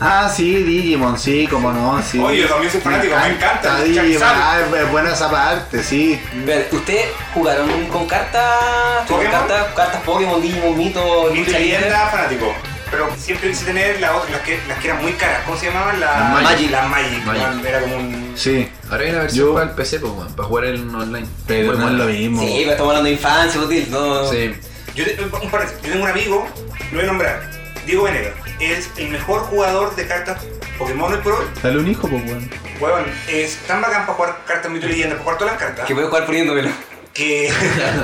Speaker 1: Ah, sí, Digimon, sí, como no, sí.
Speaker 2: Oye, yo también soy fanático, me encanta,
Speaker 1: Digimon,
Speaker 2: Charizard.
Speaker 1: ah, es- es buena esa parte, sí.
Speaker 3: Pero, ¿Ustedes jugaron con cartas? con
Speaker 2: ¿Pokémon?
Speaker 3: cartas, cartas Pokémon, Digimon, Mito,
Speaker 2: Mucha
Speaker 3: Lucha Libre?
Speaker 2: leyenda, fanático. Pero siempre quise tener la otra, las, que, las que eran muy caras. ¿Cómo se llamaban? La,
Speaker 1: Las
Speaker 4: Magic.
Speaker 2: La Magic.
Speaker 4: Magic.
Speaker 2: weón, Era como un.
Speaker 1: Sí,
Speaker 4: Ahora hay una versión
Speaker 1: Yo-
Speaker 4: para el PC, pues, weón, para jugar en online.
Speaker 1: pero
Speaker 4: Muy
Speaker 1: no es
Speaker 4: buena.
Speaker 1: lo mismo.
Speaker 3: Sí, pero estamos hablando de infancia, útil, no.
Speaker 4: Sí.
Speaker 2: Yo, eh, te- un par- yo tengo un amigo, lo voy a nombrar. Diego Venega. Es el mejor jugador de cartas Pokémon hoy por hoy.
Speaker 1: Dale un hijo, pues, weón.
Speaker 2: Weón, es tan bacán para jugar cartas mito y leyenda, para jugar todas las cartas.
Speaker 3: Que puedo jugar poniéndomelo.
Speaker 2: que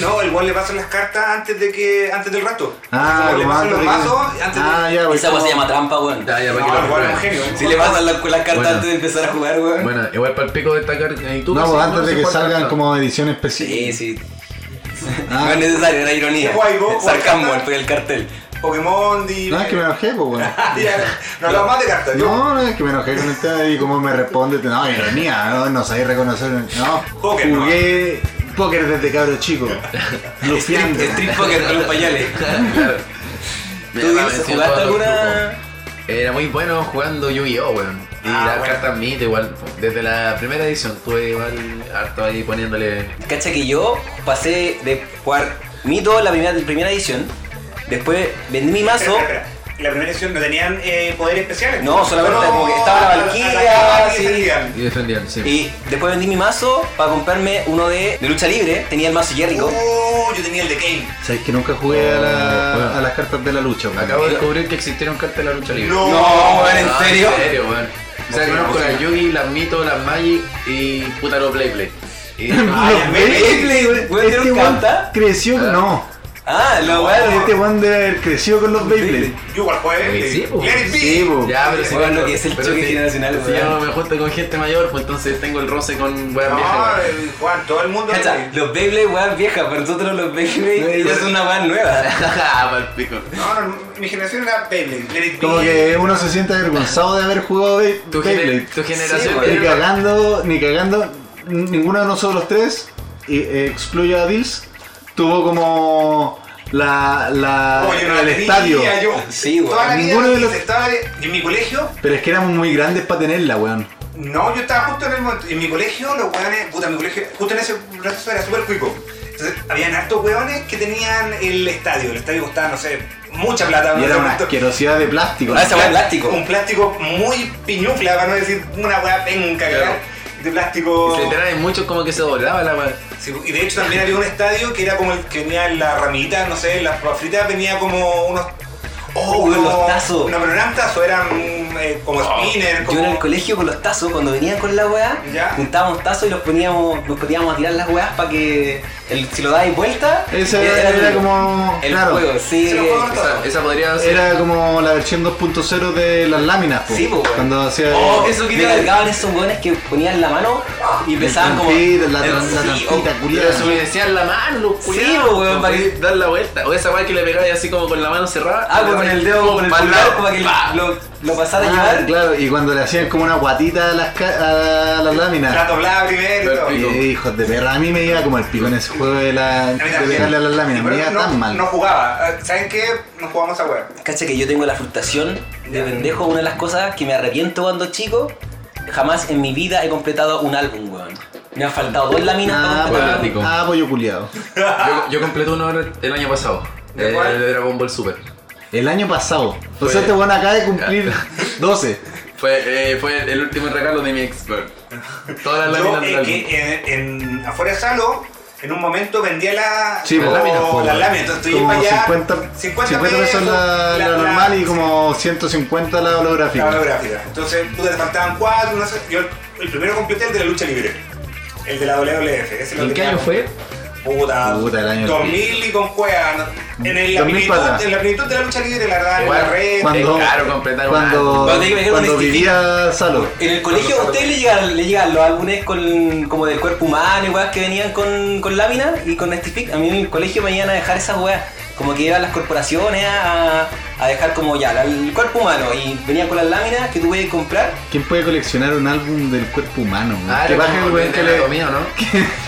Speaker 2: no, el weón le pasan las cartas antes de que antes del rato.
Speaker 1: Ah,
Speaker 2: Como le
Speaker 1: como antes
Speaker 2: pasan los
Speaker 1: de que-
Speaker 2: mazos antes
Speaker 1: Ah, ya, güey.
Speaker 3: Esa cosa se llama trampa, weón.
Speaker 4: Ya, ya,
Speaker 2: de
Speaker 4: para
Speaker 2: no,
Speaker 4: que lo
Speaker 2: el weón es
Speaker 4: juegue.
Speaker 2: un genio.
Speaker 3: Si le pasan la- con las cartas
Speaker 4: Bueno.
Speaker 3: antes de empezar a jugar, weón.
Speaker 4: Bueno, igual para el pico destacar. eh, ¿y tú,
Speaker 1: No,
Speaker 4: Cassio?
Speaker 1: pues antes de
Speaker 4: se
Speaker 1: que
Speaker 4: juega
Speaker 1: salgan
Speaker 4: tanto?
Speaker 1: como edición especial.
Speaker 3: Sí, sí.
Speaker 1: Ah.
Speaker 3: No es necesario, era ironía.
Speaker 2: Guaybo, guaybo.
Speaker 3: Sarcasmo, el, el cartel.
Speaker 2: Pokémon di.
Speaker 1: No, es que me enojé, pues, weón.
Speaker 2: Ya, No hablamos más de cartas, yo.
Speaker 1: No, no, es que me enojé con el tema y cómo me responde. No, ironía, no, no sabéis reconocer. No,
Speaker 2: Póker, no.
Speaker 1: jugué póker desde cabro chico.
Speaker 3: Street,
Speaker 1: Lufiando.
Speaker 3: street poker con los pañales.
Speaker 4: Claro.
Speaker 3: ¿Tú
Speaker 4: Mira,
Speaker 3: Dios,
Speaker 4: me
Speaker 3: jugaste
Speaker 4: enseñó todos los
Speaker 3: alguna?
Speaker 4: trucos. Era muy bueno jugando Yu-Gi-Oh, weón. Y
Speaker 2: Ah,
Speaker 4: las
Speaker 2: bueno.
Speaker 4: cartas Meet igual. Desde la primera edición tuve igual harto ahí poniéndole.
Speaker 3: Cacha que yo pasé de jugar Mito la primera, primera edición Después vendí mi mazo.
Speaker 2: Espera, espera, espera. La primera edición no tenían eh, poderes especiales.
Speaker 3: No, solamente como que estaba la
Speaker 2: a- a-
Speaker 3: Valquiria,
Speaker 2: a la-
Speaker 3: sí.
Speaker 2: y defendían.
Speaker 4: Y defendían, sí.
Speaker 3: Y después vendí mi mazo para comprarme uno de, de lucha libre. Tenía el mazo Jericho.
Speaker 2: Uh, yo tenía el de Kane.
Speaker 1: Sabéis que nunca jugué a, la-
Speaker 4: Oh, bueno.
Speaker 1: a las cartas de la lucha, weón.
Speaker 4: Acabo de descubrir que existieron cartas de la lucha libre.
Speaker 2: No,
Speaker 3: No, weón, ¿en
Speaker 4: Ah,
Speaker 3: serio?
Speaker 4: En serio, weón. O sea,
Speaker 3: Sí,
Speaker 4: conozco
Speaker 3: sí.
Speaker 4: las Yugi, las Mito, las Magic y puta lo Play Play. Y-
Speaker 2: Ah, ya,
Speaker 1: Los
Speaker 2: ve-
Speaker 1: Beyblade, weón.
Speaker 3: ¿Puede tener
Speaker 1: Este
Speaker 3: un
Speaker 1: weón
Speaker 3: carta?
Speaker 1: creció.
Speaker 4: Ah.
Speaker 1: No.
Speaker 3: Ah, lo
Speaker 1: Este
Speaker 3: bueno.
Speaker 1: weón debe haber crecido con los Beyblade.
Speaker 2: Yo igual jugué.
Speaker 4: Sí, po.
Speaker 2: Let it be.
Speaker 1: Sí, po.
Speaker 4: Ya, pero si
Speaker 3: Weón,
Speaker 4: tengo-
Speaker 3: lo que es el
Speaker 4: pero
Speaker 3: choque
Speaker 4: si-
Speaker 3: generacional,
Speaker 4: Si
Speaker 3: weón.
Speaker 4: yo no me junto con gente mayor, pues entonces tengo el roce con weas viejas.
Speaker 2: No,
Speaker 4: weón.
Speaker 2: eh, Juan, todo el mundo.
Speaker 3: Cacha, los Beyblade, weón, viejas, para nosotros los Beyblade ya son una weón nueva.
Speaker 4: Ah, pa'l pico.
Speaker 2: No, no, mi generación era Beyblade. Let it be.
Speaker 1: Como que uno se siente avergonzado de haber jugado Bey-
Speaker 4: Tu, gener-
Speaker 1: Beyblade.
Speaker 4: tu generación
Speaker 3: Sí,
Speaker 1: Ni
Speaker 4: tiene-
Speaker 1: cagando, ni cagando, ninguno de nosotros tres, y, eh, excluyo a Dils, tuvo como la, la
Speaker 2: Oh, yo no
Speaker 1: el
Speaker 2: la tenía,
Speaker 1: estadio.
Speaker 2: yo.
Speaker 3: Sí, weón.
Speaker 2: Toda la vida
Speaker 1: Ninguno de los-
Speaker 2: estaba en mi colegio.
Speaker 1: Pero es que éramos muy grandes para tenerla, weón.
Speaker 2: No, yo estaba justo en el momento. En mi colegio, los weones, puta, mi colegio, justo en ese proceso era súper cuico. Entonces, habían hartos weones que tenían el estadio. El estadio costaba, no sé, mucha plata.
Speaker 1: Y
Speaker 2: Ah, no
Speaker 1: era
Speaker 2: sé
Speaker 1: una
Speaker 2: cuánto.
Speaker 1: asquerosidad de plástico.
Speaker 3: Ah, esa weá es plástico.
Speaker 2: Un plástico muy piñufla, para no decir una weá penca,
Speaker 4: Claro.
Speaker 2: ¿verdad? De plástico.
Speaker 4: Se literal, en muchos como que se doblaba la wea.
Speaker 2: Sí, y de hecho también había un estadio que era como el que venía en la ramita, no sé, en las papas fritas venía como unos.
Speaker 3: Oh, weón, los tazos.
Speaker 2: No, pero no eran tazos, eran eh, como
Speaker 1: Oh,
Speaker 2: spinner.
Speaker 3: Yo
Speaker 2: Como...
Speaker 3: en el colegio con los tazos, cuando venían con la weá,
Speaker 2: Ya.
Speaker 3: juntábamos tazos y los poníamos, nos poníamos a tirar las weás para que el- si lo dais vuelta,
Speaker 1: Esa era,
Speaker 3: el-
Speaker 1: como.
Speaker 3: el
Speaker 1: claro,
Speaker 3: juego, sí.
Speaker 2: Se lo juego todo.
Speaker 4: Esa, esa podría ser.
Speaker 1: Era como la versión 2.0 de las láminas, po,
Speaker 3: Sí, po, weón.
Speaker 1: Cuando hacía.
Speaker 3: Oh,
Speaker 4: eso
Speaker 3: me
Speaker 4: quería-
Speaker 3: cargaban esos weones que ponían la mano y empezaban como.
Speaker 1: trampita, la
Speaker 3: el-
Speaker 1: tran- la
Speaker 3: sí,
Speaker 1: trampita,
Speaker 3: oh,
Speaker 1: culiada.
Speaker 4: Pero se me decían la mano, los
Speaker 3: Sí, po, weón,
Speaker 4: No
Speaker 3: para
Speaker 4: podí
Speaker 3: que-
Speaker 4: dar la vuelta. O esa weá que le pegaba así como con la mano cerrada.
Speaker 3: Ah, con el dedo, con el
Speaker 4: Pa'l
Speaker 3: pulgar,
Speaker 4: lado,
Speaker 3: como para que
Speaker 4: pa.
Speaker 3: lo, lo
Speaker 1: Ah,
Speaker 3: pasara a llevar.
Speaker 1: claro, y cuando le hacían como una guatita a las, ca- a las láminas.
Speaker 2: La doblaba primero. y todo.
Speaker 4: Perfecto.
Speaker 1: Eh, hijos de perra, a mí me iba como el pico en ese juego de, la,
Speaker 2: A
Speaker 1: de
Speaker 2: mí también.
Speaker 1: pegarle a las láminas, me
Speaker 2: Pero
Speaker 1: iba
Speaker 2: no,
Speaker 1: tan mal.
Speaker 2: No jugaba. Eh, ¿Saben qué? No jugamos a weá.
Speaker 3: Cacha que yo tengo la frustración de pendejo, una de las cosas que me arrepiento cuando chico. Jamás en mi vida he completado un álbum, weón. Me han faltado dos láminas para
Speaker 1: Ah,
Speaker 3: completar.
Speaker 4: bueno.
Speaker 1: pollo-
Speaker 4: Cuadrático.
Speaker 1: ah, pollo culiado.
Speaker 4: Yo, yo completé uno ahora el año pasado.
Speaker 2: ¿De
Speaker 4: Eh,
Speaker 2: cuál?
Speaker 4: El de Dragon Ball Super.
Speaker 1: El año pasado. O
Speaker 4: Fue-
Speaker 1: sea, este weón acaba de cumplir 12.
Speaker 4: Fue, eh, fue el último regalo de mi ex, weón. Todas las
Speaker 2: Yo
Speaker 4: láminas
Speaker 2: eh,
Speaker 4: del álbum.
Speaker 2: que en, en- afuera de Salo, en un momento vendía la,
Speaker 1: Sí, pues,
Speaker 2: la
Speaker 1: po.
Speaker 2: lámina.
Speaker 1: po.
Speaker 2: la lámina. Entonces tú
Speaker 1: como
Speaker 2: ibas allá.
Speaker 1: 50,
Speaker 2: 50
Speaker 1: 50 pesos la, la normal y como 150 la holográfica.
Speaker 2: La holográfica. Entonces, puta, te faltaban cuatro, no sé. Yo el primero completé el de la lucha libre. El de la WWF. Ese lo
Speaker 4: ¿En qué
Speaker 2: tenía-
Speaker 4: año fue?
Speaker 2: Puta,
Speaker 1: Puta, el año
Speaker 2: 2000 y con cueva. ¿no? En, el- la
Speaker 1: 2000 para
Speaker 2: plenitud,
Speaker 1: atrás.
Speaker 2: en la plenitud de la lucha libre, la verdad, en la
Speaker 4: Igual,
Speaker 2: red.
Speaker 1: Cuando,
Speaker 4: Es caro completar un álbum.
Speaker 1: cuando,
Speaker 3: Cuando te dijeron
Speaker 1: cuando
Speaker 3: un
Speaker 1: vivía Salo.
Speaker 3: En el colegio a ustedes le llegan, le llegan los álbumes con, como del cuerpo humano y weas que venían con, con lámina y con este pic. A mí en el colegio me iban a dejar esas weas. Como que iban las corporaciones a, a dejar como ya la- el cuerpo humano y venían con las láminas que tuve que comprar.
Speaker 1: ¿Quién puede coleccionar un álbum del cuerpo humano? weón?
Speaker 4: Ah,
Speaker 1: que
Speaker 4: era
Speaker 1: baje el
Speaker 4: como
Speaker 1: weón
Speaker 4: el
Speaker 1: que
Speaker 4: de
Speaker 1: le.
Speaker 4: anatomía, ¿no?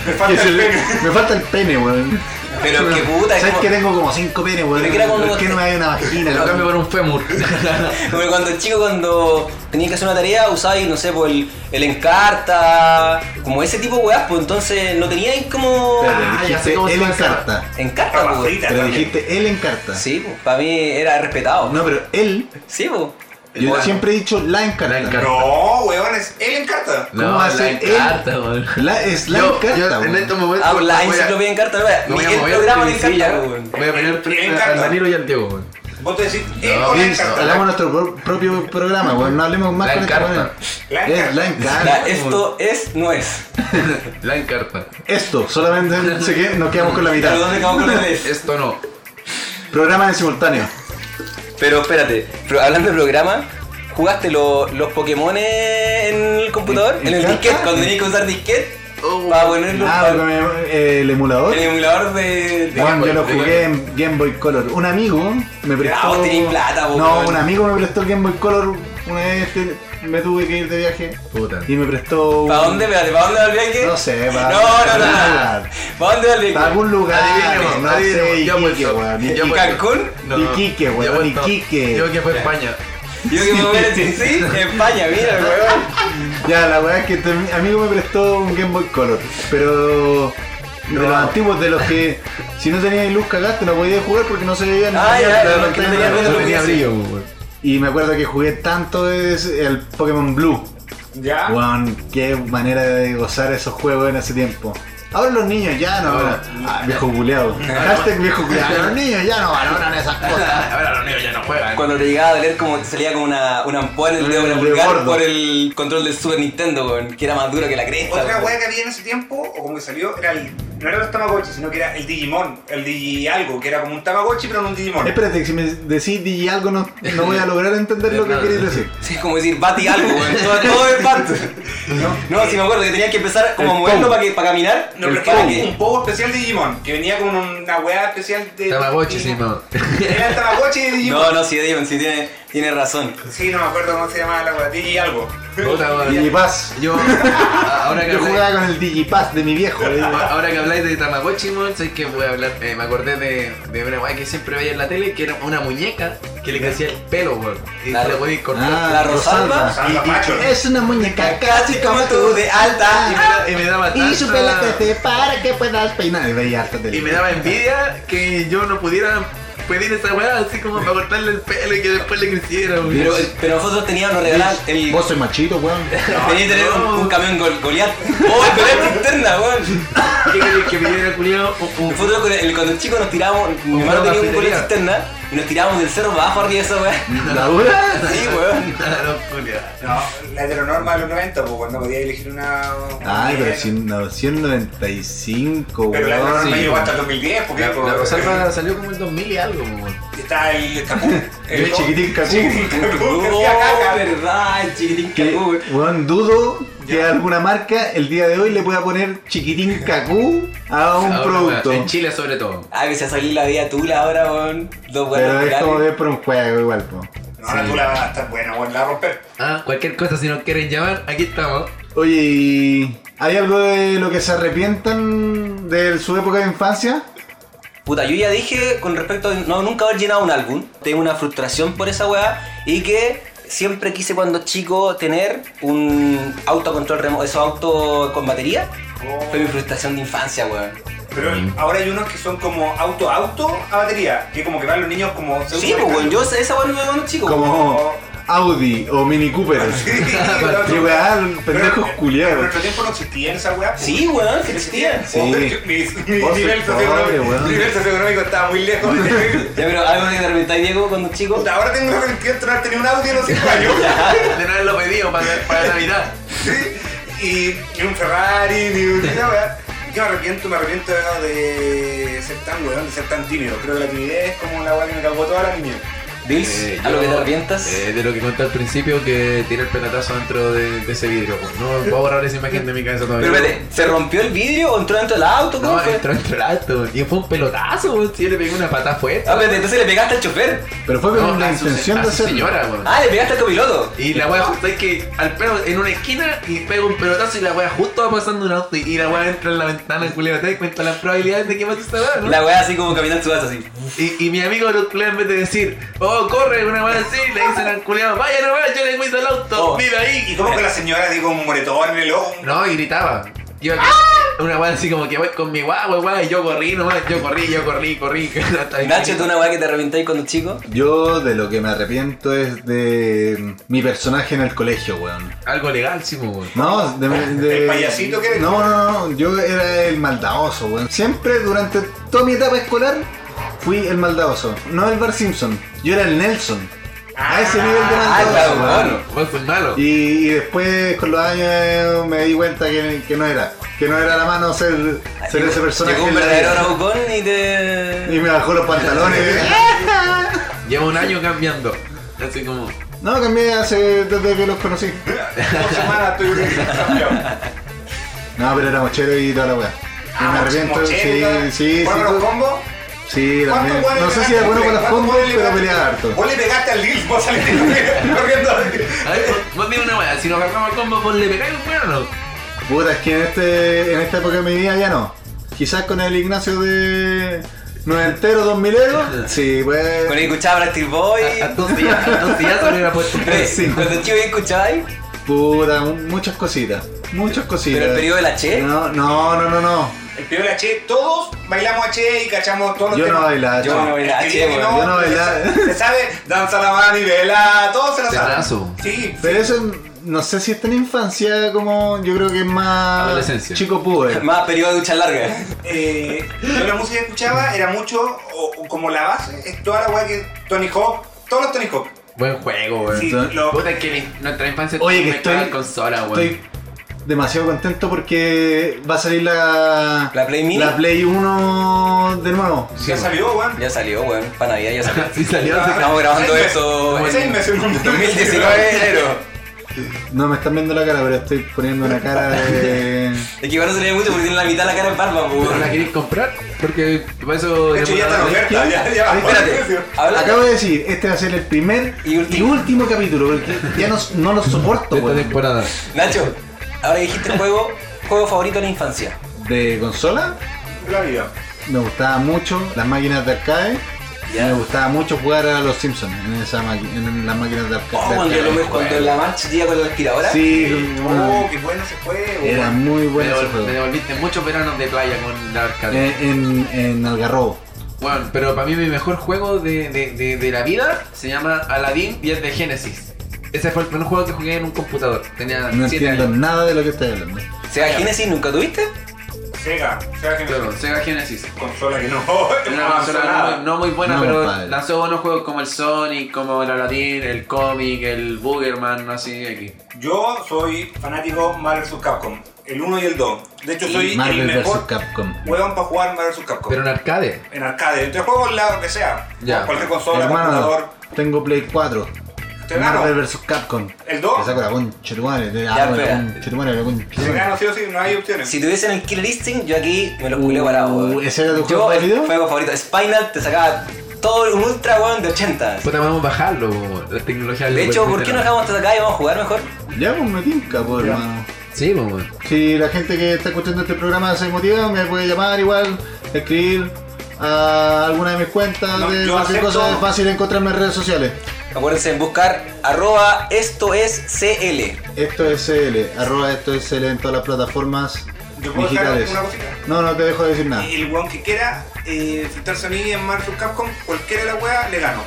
Speaker 2: Me falta
Speaker 1: que se
Speaker 2: el
Speaker 1: le-
Speaker 2: pene.
Speaker 1: Me falta el pene, weón.
Speaker 3: Pero qué puta, es
Speaker 1: ¿Sabes
Speaker 3: como-
Speaker 1: que tengo como 5 penes, weón?
Speaker 3: Pero que era como-
Speaker 1: ¿Por qué no me hay una vagina?
Speaker 4: Lo
Speaker 1: weón?
Speaker 4: cambio por un fémur.
Speaker 3: Pero cuando chico, cuando tenía que hacer una tarea, usáis, no sé, por el, el encarta, como ese tipo de weas, pues entonces no teníais como.
Speaker 1: Espérate,
Speaker 4: Ah, ya
Speaker 1: dijiste
Speaker 4: sé cómo se
Speaker 1: él en
Speaker 4: hace.
Speaker 1: carta.
Speaker 3: Encarta,
Speaker 2: Ah,
Speaker 3: pues.
Speaker 2: sí.
Speaker 1: Pero
Speaker 2: también.
Speaker 1: dijiste él en carta.
Speaker 3: Sí, pues, para mí era respetado.
Speaker 1: No, pero él,
Speaker 3: Sí, pues.
Speaker 1: yo
Speaker 4: Bueno.
Speaker 1: siempre he dicho la en carta.
Speaker 4: La en carta.
Speaker 2: No, weón, es él en carta.
Speaker 1: ¿Cómo va a ser él?
Speaker 4: weón.
Speaker 1: La- es la en carta,
Speaker 4: en
Speaker 1: weón.
Speaker 4: estos momentos.
Speaker 3: Ah, la
Speaker 4: voy a-
Speaker 3: enciclopedia encarta,
Speaker 4: me voy
Speaker 3: no,
Speaker 4: a
Speaker 3: el
Speaker 4: mover
Speaker 3: programa
Speaker 4: de
Speaker 3: de encarta,
Speaker 4: silla,
Speaker 3: weón.
Speaker 4: Voy a poner
Speaker 2: En
Speaker 4: frente
Speaker 2: carta.
Speaker 4: al Danilo y al Diego, weón.
Speaker 2: Vos te decís él
Speaker 4: No,
Speaker 2: o la en
Speaker 1: Vince,
Speaker 2: carta.
Speaker 1: hagamos nuestro pro- propio programa, weón. No hablemos más
Speaker 4: La
Speaker 1: con
Speaker 4: en
Speaker 1: este
Speaker 4: carta.
Speaker 1: weón.
Speaker 2: La en
Speaker 1: Es
Speaker 2: carta.
Speaker 1: la en carta.
Speaker 3: La- esto es, no es.
Speaker 4: La encarta.
Speaker 1: Esto, solamente sé que nos quedamos con la
Speaker 3: Pero
Speaker 1: mitad.
Speaker 3: ¿dónde acabó con el es?
Speaker 4: Esto no.
Speaker 1: Programa en simultáneo.
Speaker 3: Pero espérate, pero hablando de programa, ¿jugaste lo- los Pokémon en el computador?
Speaker 1: ¿En- en
Speaker 3: ¿En, el
Speaker 1: carta?
Speaker 3: disquete? Cuando tenías que usar disquete
Speaker 4: Oh.
Speaker 3: para ponerlo
Speaker 1: Ah,
Speaker 3: para-
Speaker 1: porque, eh, el emulador.
Speaker 3: el emulador de. de-
Speaker 1: Weón, yo lo
Speaker 4: de-
Speaker 1: jugué en Game Boy Color. Un amigo me prestó.
Speaker 3: vos tenías plata, vos,
Speaker 1: No,
Speaker 3: weón.
Speaker 1: un amigo me prestó el Game Boy Color. Una vez te- me tuve que ir de viaje
Speaker 4: Puta.
Speaker 1: y me prestó. un-
Speaker 3: ¿Para dónde? Espérate, ¿para dónde va el viaje?
Speaker 1: Oh. No sé,
Speaker 3: No,
Speaker 1: pa-
Speaker 3: no, no,
Speaker 1: pa-
Speaker 3: no. ¿Para dónde va
Speaker 1: Para
Speaker 3: el viaje?
Speaker 1: algún lugar.
Speaker 4: Adivinemos,
Speaker 1: no sé,
Speaker 4: adivinemos. Yo
Speaker 1: Iquique,
Speaker 4: apuesto.
Speaker 1: weón.
Speaker 4: Yo
Speaker 1: Iquique.
Speaker 4: apuesto.
Speaker 3: ¿Cancún?
Speaker 1: Iquique,
Speaker 4: ya
Speaker 1: weón,
Speaker 4: vuelto.
Speaker 1: Iquique.
Speaker 4: Yo que fue España.
Speaker 3: Yo que me voy a decir, sí, España, mira, weón.
Speaker 1: Ya, la weá es que este amigo me prestó un Game Boy Color. Pero de los antiguos, de los que si no tenías luz cagaste, no podías jugar porque no se veía ni
Speaker 3: Ah, ya,
Speaker 1: la
Speaker 3: los que no
Speaker 1: pantalla,
Speaker 3: tenían brillo,
Speaker 1: no tenía
Speaker 3: sí.
Speaker 1: brillo. po, weón. Y me acuerdo que jugué tanto ese- el Pokémon Blue.
Speaker 4: Ah.
Speaker 2: ¿Ya?
Speaker 1: Weón, qué manera de gozar esos juegos en ese tiempo. Ahora los niños ya
Speaker 4: Oh.
Speaker 1: no ahora. Ah, viejo culeado. Hashtag viejo culeado. Los niños ya no valoran esas cosas.
Speaker 4: Ahora los niños ya no juegan.
Speaker 3: Cuando te llegaba a doler, como te salía como una, una ampolla en el dedo de la
Speaker 1: De
Speaker 3: pulgar
Speaker 1: Eh, gordo.
Speaker 3: por el control del Super Nintendo, weón, que era más duro que la cresta.
Speaker 2: Otra
Speaker 3: weón.
Speaker 2: wea que había en ese tiempo, o como que salió, era el. No era los Tamagotchi, sino que era el Digimon, el Digi algo, que era como un Tamagotchi pero no un Digimon.
Speaker 1: Espérate, que si me decís DJ algo no, no voy a lograr entender lo que querés decir.
Speaker 3: Sí, es como decir bati algo, weón. Todo, todo es bat. No, si me acuerdo que tenías que empezar como a
Speaker 1: El
Speaker 3: moverlo
Speaker 1: pom.
Speaker 3: para que, para caminar.
Speaker 2: No, pero es que
Speaker 3: para
Speaker 2: era
Speaker 3: que.
Speaker 2: un poco especial de Digimon, que venía con una wea especial de.
Speaker 4: Tamagotchi, sí, mamá.
Speaker 2: Era el Tamagotchi de Digimon.
Speaker 3: No, no, sí, Dion, sí tiene, tiene razón.
Speaker 2: Sí, no me acuerdo cómo se llamaba la wea, Digi algo.
Speaker 4: Puta, weón.
Speaker 1: Digipass.
Speaker 4: Yo, ahora que
Speaker 1: Yo
Speaker 4: habláis-
Speaker 1: jugaba con el Digipass de mi viejo. eh. le digo.
Speaker 4: Ahora que habláis de Tamagotchi, mon, sé que voy a hablar. eh, me acordé de, de una weá que siempre veía en la tele, que era una muñeca que le crecía el pelo, weón. Y
Speaker 3: Claro.
Speaker 4: se lo podías cortar.
Speaker 1: Ah,
Speaker 3: La Rosalba.
Speaker 2: Rosalba Pacho.
Speaker 1: Es una muñeca
Speaker 3: Casi como tú de alta.
Speaker 4: Y me daba
Speaker 1: Ah, Y su pelo
Speaker 4: tanta-
Speaker 1: te para que puedas peinar. Y veía harta tele.
Speaker 4: Y me daba envidia que yo no pudiera pedir esa weá así como para cortarle el pelo y que después le creciera, weón.
Speaker 3: Pero, pero nosotros teníamos, nos regalaban el.
Speaker 1: Vos soy machito, weón.
Speaker 3: Tenía que tener un,
Speaker 4: no.
Speaker 3: un camión gol, Goliath. ¡Oh, el Goliath linterna, weón!
Speaker 4: ¿Qué queréis que pidiera, culiao? Un- un-
Speaker 3: Nosotros con el- cuando chicos nos tirábamos, mi
Speaker 4: Un
Speaker 3: hermano tenía un
Speaker 4: cafetería.
Speaker 3: Goliath cisterna y nos tirábamos del cerro para abajo arriba de esa weón.
Speaker 1: ¿La dura?
Speaker 3: Sí, weón.
Speaker 4: Claro, culiao.
Speaker 2: No, la heteronorma de los 90, pues cuando podía elegir una.
Speaker 1: Ay, pero
Speaker 2: una-
Speaker 1: si 995,
Speaker 2: Pero la
Speaker 1: weón.
Speaker 2: heteronorma
Speaker 4: sí.
Speaker 2: llegó hasta el 2010, porque.
Speaker 4: La,
Speaker 2: pues,
Speaker 4: la Rosalba salió como el 2000 y algo, weón.
Speaker 2: Está el Cacú.
Speaker 1: Yo
Speaker 2: El
Speaker 1: chiquitín cacú.
Speaker 2: Chiquitín Cacú, que
Speaker 3: Oh,
Speaker 2: hacía caca.
Speaker 3: verdad, el chiquitín
Speaker 1: Que,
Speaker 3: cacú, weón.
Speaker 1: weón, dudo que alguna marca el día de hoy le pueda poner chiquitín cacú a un
Speaker 4: Ahora,
Speaker 1: producto.
Speaker 4: Ah, En Chile, sobre todo.
Speaker 3: Ah, que se va a salir la vida tula ahora, weón. Dos weones
Speaker 1: Pero es
Speaker 3: populares.
Speaker 1: como ver por un juego igual, po.
Speaker 2: No, ahora tú la vas a estar buena, weón, la vas a romper.
Speaker 4: Ah, cualquier cosa, si nos quieren llamar, aquí estamos.
Speaker 1: Oye, ¿y ¿hay algo de lo que se arrepientan de su época de infancia?
Speaker 3: Puta, yo ya dije con respecto a no, nunca haber llenado un álbum. Tengo una frustración por esa weá y que siempre quise cuando chico tener un auto a control remoto, esos autos con batería. Fue mi frustración de infancia, weón.
Speaker 2: Oh. Pero ahora hay unos que son como auto auto a batería, que como que van los niños como.
Speaker 3: Sí, pues, weón, yo esa weá no me cuando chico. weón.
Speaker 2: Oh.
Speaker 1: Como Audi o Mini
Speaker 2: Ah,
Speaker 1: Cooper. Qué weá, pendejos
Speaker 2: En
Speaker 1: culiados.
Speaker 2: nuestro tiempo no existía esa weá. pues.
Speaker 3: Sí, weón, sí existía.
Speaker 1: Sí.
Speaker 2: Oh, yo- mi, mi
Speaker 1: Vos sois
Speaker 2: nivel
Speaker 1: pobre,
Speaker 2: socioeconómico,
Speaker 1: weón.
Speaker 2: mi nivel socioeconómico estaba muy lejos.
Speaker 3: Ya, pero algo que te reventáis, Diego, cuando chico.
Speaker 2: Puta, ahora tengo un arrepentimiento de no haber tenido un audio en los 5 años.
Speaker 4: De no haberlo pedido para, para Navidad.
Speaker 2: y, y un Ferrari, ni un- una weá. Y Yo me arrepiento, me arrepiento de ser tan weón, de ser tan tímido. Creo que la timidez es como la weá que me cagó toda la niñez.
Speaker 3: Bills,
Speaker 4: Eh,
Speaker 3: a lo
Speaker 4: yo,
Speaker 3: que te arrepientas.
Speaker 4: eh, de lo que conté al principio, que tiré el pelotazo dentro de, de ese vidrio. pues. No puedo borrar esa imagen de mi cabeza todavía.
Speaker 3: pero espérate, ¿se rompió el vidrio o entró dentro del auto? ¿Cómo
Speaker 4: No,
Speaker 3: fue?
Speaker 4: entró entre el alto. Y fue un pelotazo, weón. Sí, yo le pegué una pata fuerte.
Speaker 3: Ah, espérate, entonces le pegaste al chofer.
Speaker 1: Pero fue
Speaker 4: No,
Speaker 1: con la
Speaker 4: a su-
Speaker 1: intención
Speaker 4: a
Speaker 1: de
Speaker 4: su
Speaker 1: hacerlo.
Speaker 4: señora, weón.
Speaker 3: Ah, le pegaste al copiloto.
Speaker 4: Y la wea justo es que al pedo en una esquina y pega un pelotazo y la wea justo va pasando un auto y- y la wea entra en la ventana, culero, te das cuenta las probabilidades de que pase esta wea, ¿no?
Speaker 3: La weá así como caminando en su casa, así.
Speaker 4: Y, y mi amigo los culeros en vez de decir, oh, corre, una wea así, le dicen al culero, vaya nomás, yo le cuido el auto,
Speaker 3: Oh.
Speaker 4: vive ahí.
Speaker 2: Y como que la señora digo un moretón en el ojo.
Speaker 4: No, y gritaba. Yo, Una wea así como que voy con mi guagua, guagua, y yo corrí nomás, yo corrí, yo corrí, corrí. hasta ahí.
Speaker 3: Nacho, ¿tú una weá que te arrepentáis cuando chico?
Speaker 1: Yo de lo que me arrepiento es de mm, mi personaje en el colegio, weón.
Speaker 4: Algo legal, sí, mo, weón.
Speaker 1: No, de, de-
Speaker 2: ¿El payasito que eres?
Speaker 1: No, no, no, yo era el maldadoso, weón. Siempre durante toda mi etapa escolar fui el maldadoso. No el Bar Simpson, yo era el Nelson. A ese nivel de
Speaker 3: Ah, el
Speaker 1: maldadoso, weón.
Speaker 3: bravucón.
Speaker 4: Vos sos malo.
Speaker 1: Y, y después con los años eh, me di cuenta que, que no era. Que no era la mano ser, ser ese personaje.
Speaker 3: Llegó un
Speaker 1: en la
Speaker 3: verdadero
Speaker 1: vida.
Speaker 3: bravucón y
Speaker 1: Y
Speaker 3: te...
Speaker 1: me bajó los pantalones.
Speaker 4: Llevo un año cambiando. Así como...
Speaker 1: no, cambié hace desde que los conocí.
Speaker 2: Dos semanas estoy cambiado.
Speaker 1: No, pero era mochero y toda la weá.
Speaker 2: Ah,
Speaker 1: Y me arrepiento, sí, sí, sí.
Speaker 2: Bueno, los
Speaker 1: tú-
Speaker 2: combos.
Speaker 1: Sí,
Speaker 2: ¿Cuántos
Speaker 1: también.
Speaker 2: goles
Speaker 1: eh, No
Speaker 2: le
Speaker 1: sé si
Speaker 2: pegaste?
Speaker 1: era bueno con los
Speaker 2: ¿Cuántos
Speaker 1: combos,
Speaker 2: goles le
Speaker 1: pero
Speaker 2: pegaste?
Speaker 1: peleaba harto.
Speaker 2: Vos le pegaste al Lil, vos saliste corriendo. corriendo.
Speaker 4: A ver, vos- vos dime una weá, si nos agarramos al combo, vos le pegáis un weón o no.
Speaker 1: Puta, es que en, este, en esta época de mi vida ya no. Quizás con el Ignacio de noventero, dos milero. Sí,
Speaker 3: Con el
Speaker 1: pues.
Speaker 3: que escuchaba Brastil Boy.
Speaker 4: Ah, Entonces ya, entonces ya se le hubiera puesto un
Speaker 3: Pero,
Speaker 4: tres.
Speaker 1: sí.
Speaker 3: Cuando chico ya escuchabais,
Speaker 1: Puta, mu- muchas cositas. Muchas cositas.
Speaker 3: pero el periodo de la Che.
Speaker 1: No, no, no, no, no.
Speaker 2: El piola Che, todos bailamos a Che y cachamos todos los
Speaker 1: Yo no
Speaker 2: temas.
Speaker 1: bailaba,
Speaker 3: Yo no
Speaker 1: che.
Speaker 3: bailaba,
Speaker 2: Es que
Speaker 3: Che,
Speaker 2: dije que
Speaker 3: weón.
Speaker 1: Yo no bailaba.
Speaker 2: Se sabe, danza la manivela, todo se lo sabe.
Speaker 4: Abrazo.
Speaker 2: Sí,
Speaker 1: Pero eso no sé si es tan infancia como yo creo que es más
Speaker 4: Adolescencia.
Speaker 1: chico puber.
Speaker 3: Más periodo de ducha larga.
Speaker 2: eh, yo la música que escuchaba era mucho, o, o como la base, es toda la weá que Tony Hawk, todos los Tony Hawk.
Speaker 4: Buen juego, weón.
Speaker 2: Sí,
Speaker 1: Entonces,
Speaker 2: lo-
Speaker 4: Puta, es que mi- nuestra infancia
Speaker 1: Oye, que
Speaker 4: mezclaba
Speaker 1: estoy-
Speaker 4: consola, weón.
Speaker 1: Estoy demasiado contento porque va a salir la,
Speaker 3: ¿La Play Mini?
Speaker 1: la Play 1 de nuevo.
Speaker 4: Sí,
Speaker 2: ya
Speaker 4: weón.
Speaker 2: salió, weón.
Speaker 3: Ya salió, weón. Para Navidad ya salió.
Speaker 4: Sí, salió hace
Speaker 3: Estamos grabando
Speaker 2: Seis
Speaker 3: esto
Speaker 2: meses. Seis
Speaker 3: en
Speaker 2: meses, un
Speaker 3: 2019 de enero.
Speaker 1: No me están viendo la cara, pero estoy poniendo una cara de.
Speaker 3: Es que igual no se le ve mucho porque tiene la mitad de la cara en barba,
Speaker 4: ¿No la
Speaker 3: weón.
Speaker 4: queréis comprar? Porque para eso...
Speaker 2: De hecho, ya está la
Speaker 4: tenemos la-
Speaker 2: oferta, ya, ya bajó el precio.
Speaker 3: Espérate,
Speaker 1: Acabo
Speaker 3: hablando.
Speaker 1: de decir, este va a ser el primer
Speaker 3: Y
Speaker 1: y último,
Speaker 3: último.
Speaker 1: capítulo, porque ya no, no lo soporto.
Speaker 4: de esta
Speaker 1: weón.
Speaker 4: temporada.
Speaker 3: Nacho, ahora que dijiste juego, juego favorito de la infancia.
Speaker 1: ¿De consola?
Speaker 2: La vida.
Speaker 1: Me gustaba mucho las máquinas de arcade.
Speaker 3: Ya.
Speaker 1: Me gustaba mucho jugar a los Simpsons en, esa maqui- en las máquinas de arca- de
Speaker 3: Oh,
Speaker 1: arcade.
Speaker 3: cuando, lo- cuando la marcha llega con la aspiradora.
Speaker 1: Sí,
Speaker 2: Oh,
Speaker 1: bueno,
Speaker 2: qué bueno se fue.
Speaker 1: era
Speaker 2: weón.
Speaker 1: muy
Speaker 4: Me,
Speaker 1: bueno ese
Speaker 4: devol- me
Speaker 1: juego.
Speaker 4: devolviste muchos veranos de playa con la arcade.
Speaker 1: Eh, En, en Algarrobo.
Speaker 4: Bueno, pero para mí mi mejor juego de, de- de- de la vida se llama Aladdin y es de Genesis. Ese fue el primer juego que jugué en un computador. Tenía
Speaker 1: No
Speaker 4: 7
Speaker 1: entiendo
Speaker 4: años.
Speaker 1: nada de lo que estoy hablando.
Speaker 3: Sega Genesis nunca tuviste?
Speaker 2: Sega, Sega que
Speaker 4: Claro, Sega Genesis.
Speaker 2: Consola que no.
Speaker 4: Una
Speaker 2: no avanzó
Speaker 4: consola no
Speaker 2: nada.
Speaker 4: muy, no muy buena,
Speaker 1: No,
Speaker 4: pero
Speaker 1: compadre.
Speaker 4: lanzó buenos juegos como el Sonic, como el Aladdin, el Comic, el Boogerman, así aquí.
Speaker 2: Yo soy fanático Marvel vs Capcom, el 1 y el 2. De hecho, soy el
Speaker 1: Marvel vs.
Speaker 2: mejor
Speaker 1: Capcom.
Speaker 2: weón para jugar Marvel vs Capcom.
Speaker 4: Pero en arcade.
Speaker 2: en arcade, entre juegos la que sea.
Speaker 4: Ya.
Speaker 2: Cualquier consola,
Speaker 1: Hermano,
Speaker 2: computador.
Speaker 1: tengo Play 4.
Speaker 2: Te gano.
Speaker 1: Marvel vs. Capcom.
Speaker 2: El
Speaker 1: Te
Speaker 2: 2,
Speaker 1: saco la concha, tu madre, te
Speaker 3: Ya,
Speaker 1: hago la
Speaker 3: espera.
Speaker 1: concha, tu madre, la concha, tu
Speaker 2: te
Speaker 1: madre.
Speaker 2: gano sí o sí, no hay opciones.
Speaker 3: Si tuviesen el Killer Instinct, yo aquí me lo culé parado,
Speaker 1: Uh,
Speaker 3: weón.
Speaker 1: ¿ese era tu
Speaker 3: Yo,
Speaker 1: juego favorito?
Speaker 3: El juego favorito. Spinal te sacaba todo un ultra weón de 80.
Speaker 1: Pues,
Speaker 4: Puta, vamos a bajarlo, bo. la tecnología
Speaker 3: De
Speaker 4: lo
Speaker 3: hecho, ¿por
Speaker 4: permite,
Speaker 3: qué no
Speaker 4: ¿no?
Speaker 3: dejamos hasta acá y vamos a jugar mejor?
Speaker 1: Ya, pues me tinca, por hermano.
Speaker 4: Sí, bo, bo.
Speaker 1: Si la gente que está escuchando este programa se motiva, me puede llamar igual, escribir a alguna de mis cuentas,
Speaker 2: No,
Speaker 1: de
Speaker 2: yo
Speaker 1: cualquier
Speaker 2: acepto.
Speaker 1: cosa, es fácil encontrarme en redes sociales.
Speaker 3: Acuérdense en buscar arroba esto es CL.
Speaker 1: Esto es CL, arroba esto es CL en todas las plataformas
Speaker 2: Yo puedo dejar
Speaker 1: digitales.
Speaker 2: una cosita.
Speaker 1: No, no te dejo de decir nada.
Speaker 2: El weón que quiera eh, enfrentarse a mí en Marvel vs Capcom, cualquiera de la weas, le gano.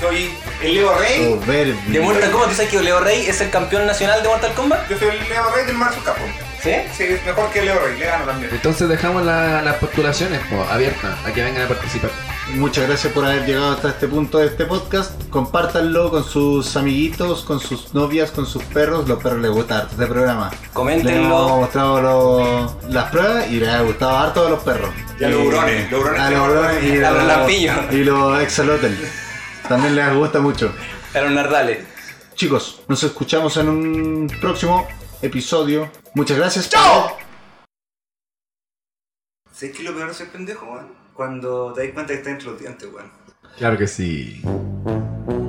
Speaker 2: Soy el Leo Rey.
Speaker 3: De
Speaker 1: Soberbio.
Speaker 3: Mortal Kombat, ¿tú sabes que Leo Rey es el campeón nacional de Mortal Kombat?
Speaker 2: Yo soy el Leo Rey del Marvel vs Capcom.
Speaker 3: ¿Sí?
Speaker 2: Sí, es mejor que el Leo Rey, le gano también.
Speaker 4: Entonces dejamos la- las postulaciones bo, abiertas a que vengan a participar.
Speaker 1: Muchas gracias por haber llegado hasta este punto de este podcast. Compártanlo con sus amiguitos, con sus novias, con sus perros. Los perros les gusta harto este programa. Les hemos
Speaker 3: Coméntenlo.
Speaker 1: mostrado lo- las pruebas y les ha gustado harto a los perros.
Speaker 2: Y a los
Speaker 1: Eh,
Speaker 2: hurones, los hurones
Speaker 1: a
Speaker 2: se
Speaker 1: los
Speaker 2: llaman.
Speaker 1: hurones y
Speaker 3: A los
Speaker 1: los-
Speaker 3: lampiños.
Speaker 1: Y los exalotes. También les gusta mucho.
Speaker 3: Era un nardale.
Speaker 1: Chicos, nos escuchamos en un próximo episodio. Muchas gracias.
Speaker 2: ¡Chao! ¿Sabes qué es lo peor de ser pendejo, weón? Cuando te das cuenta que está entre los dientes, weón.
Speaker 4: Claro que sí.
Speaker 1: Chao.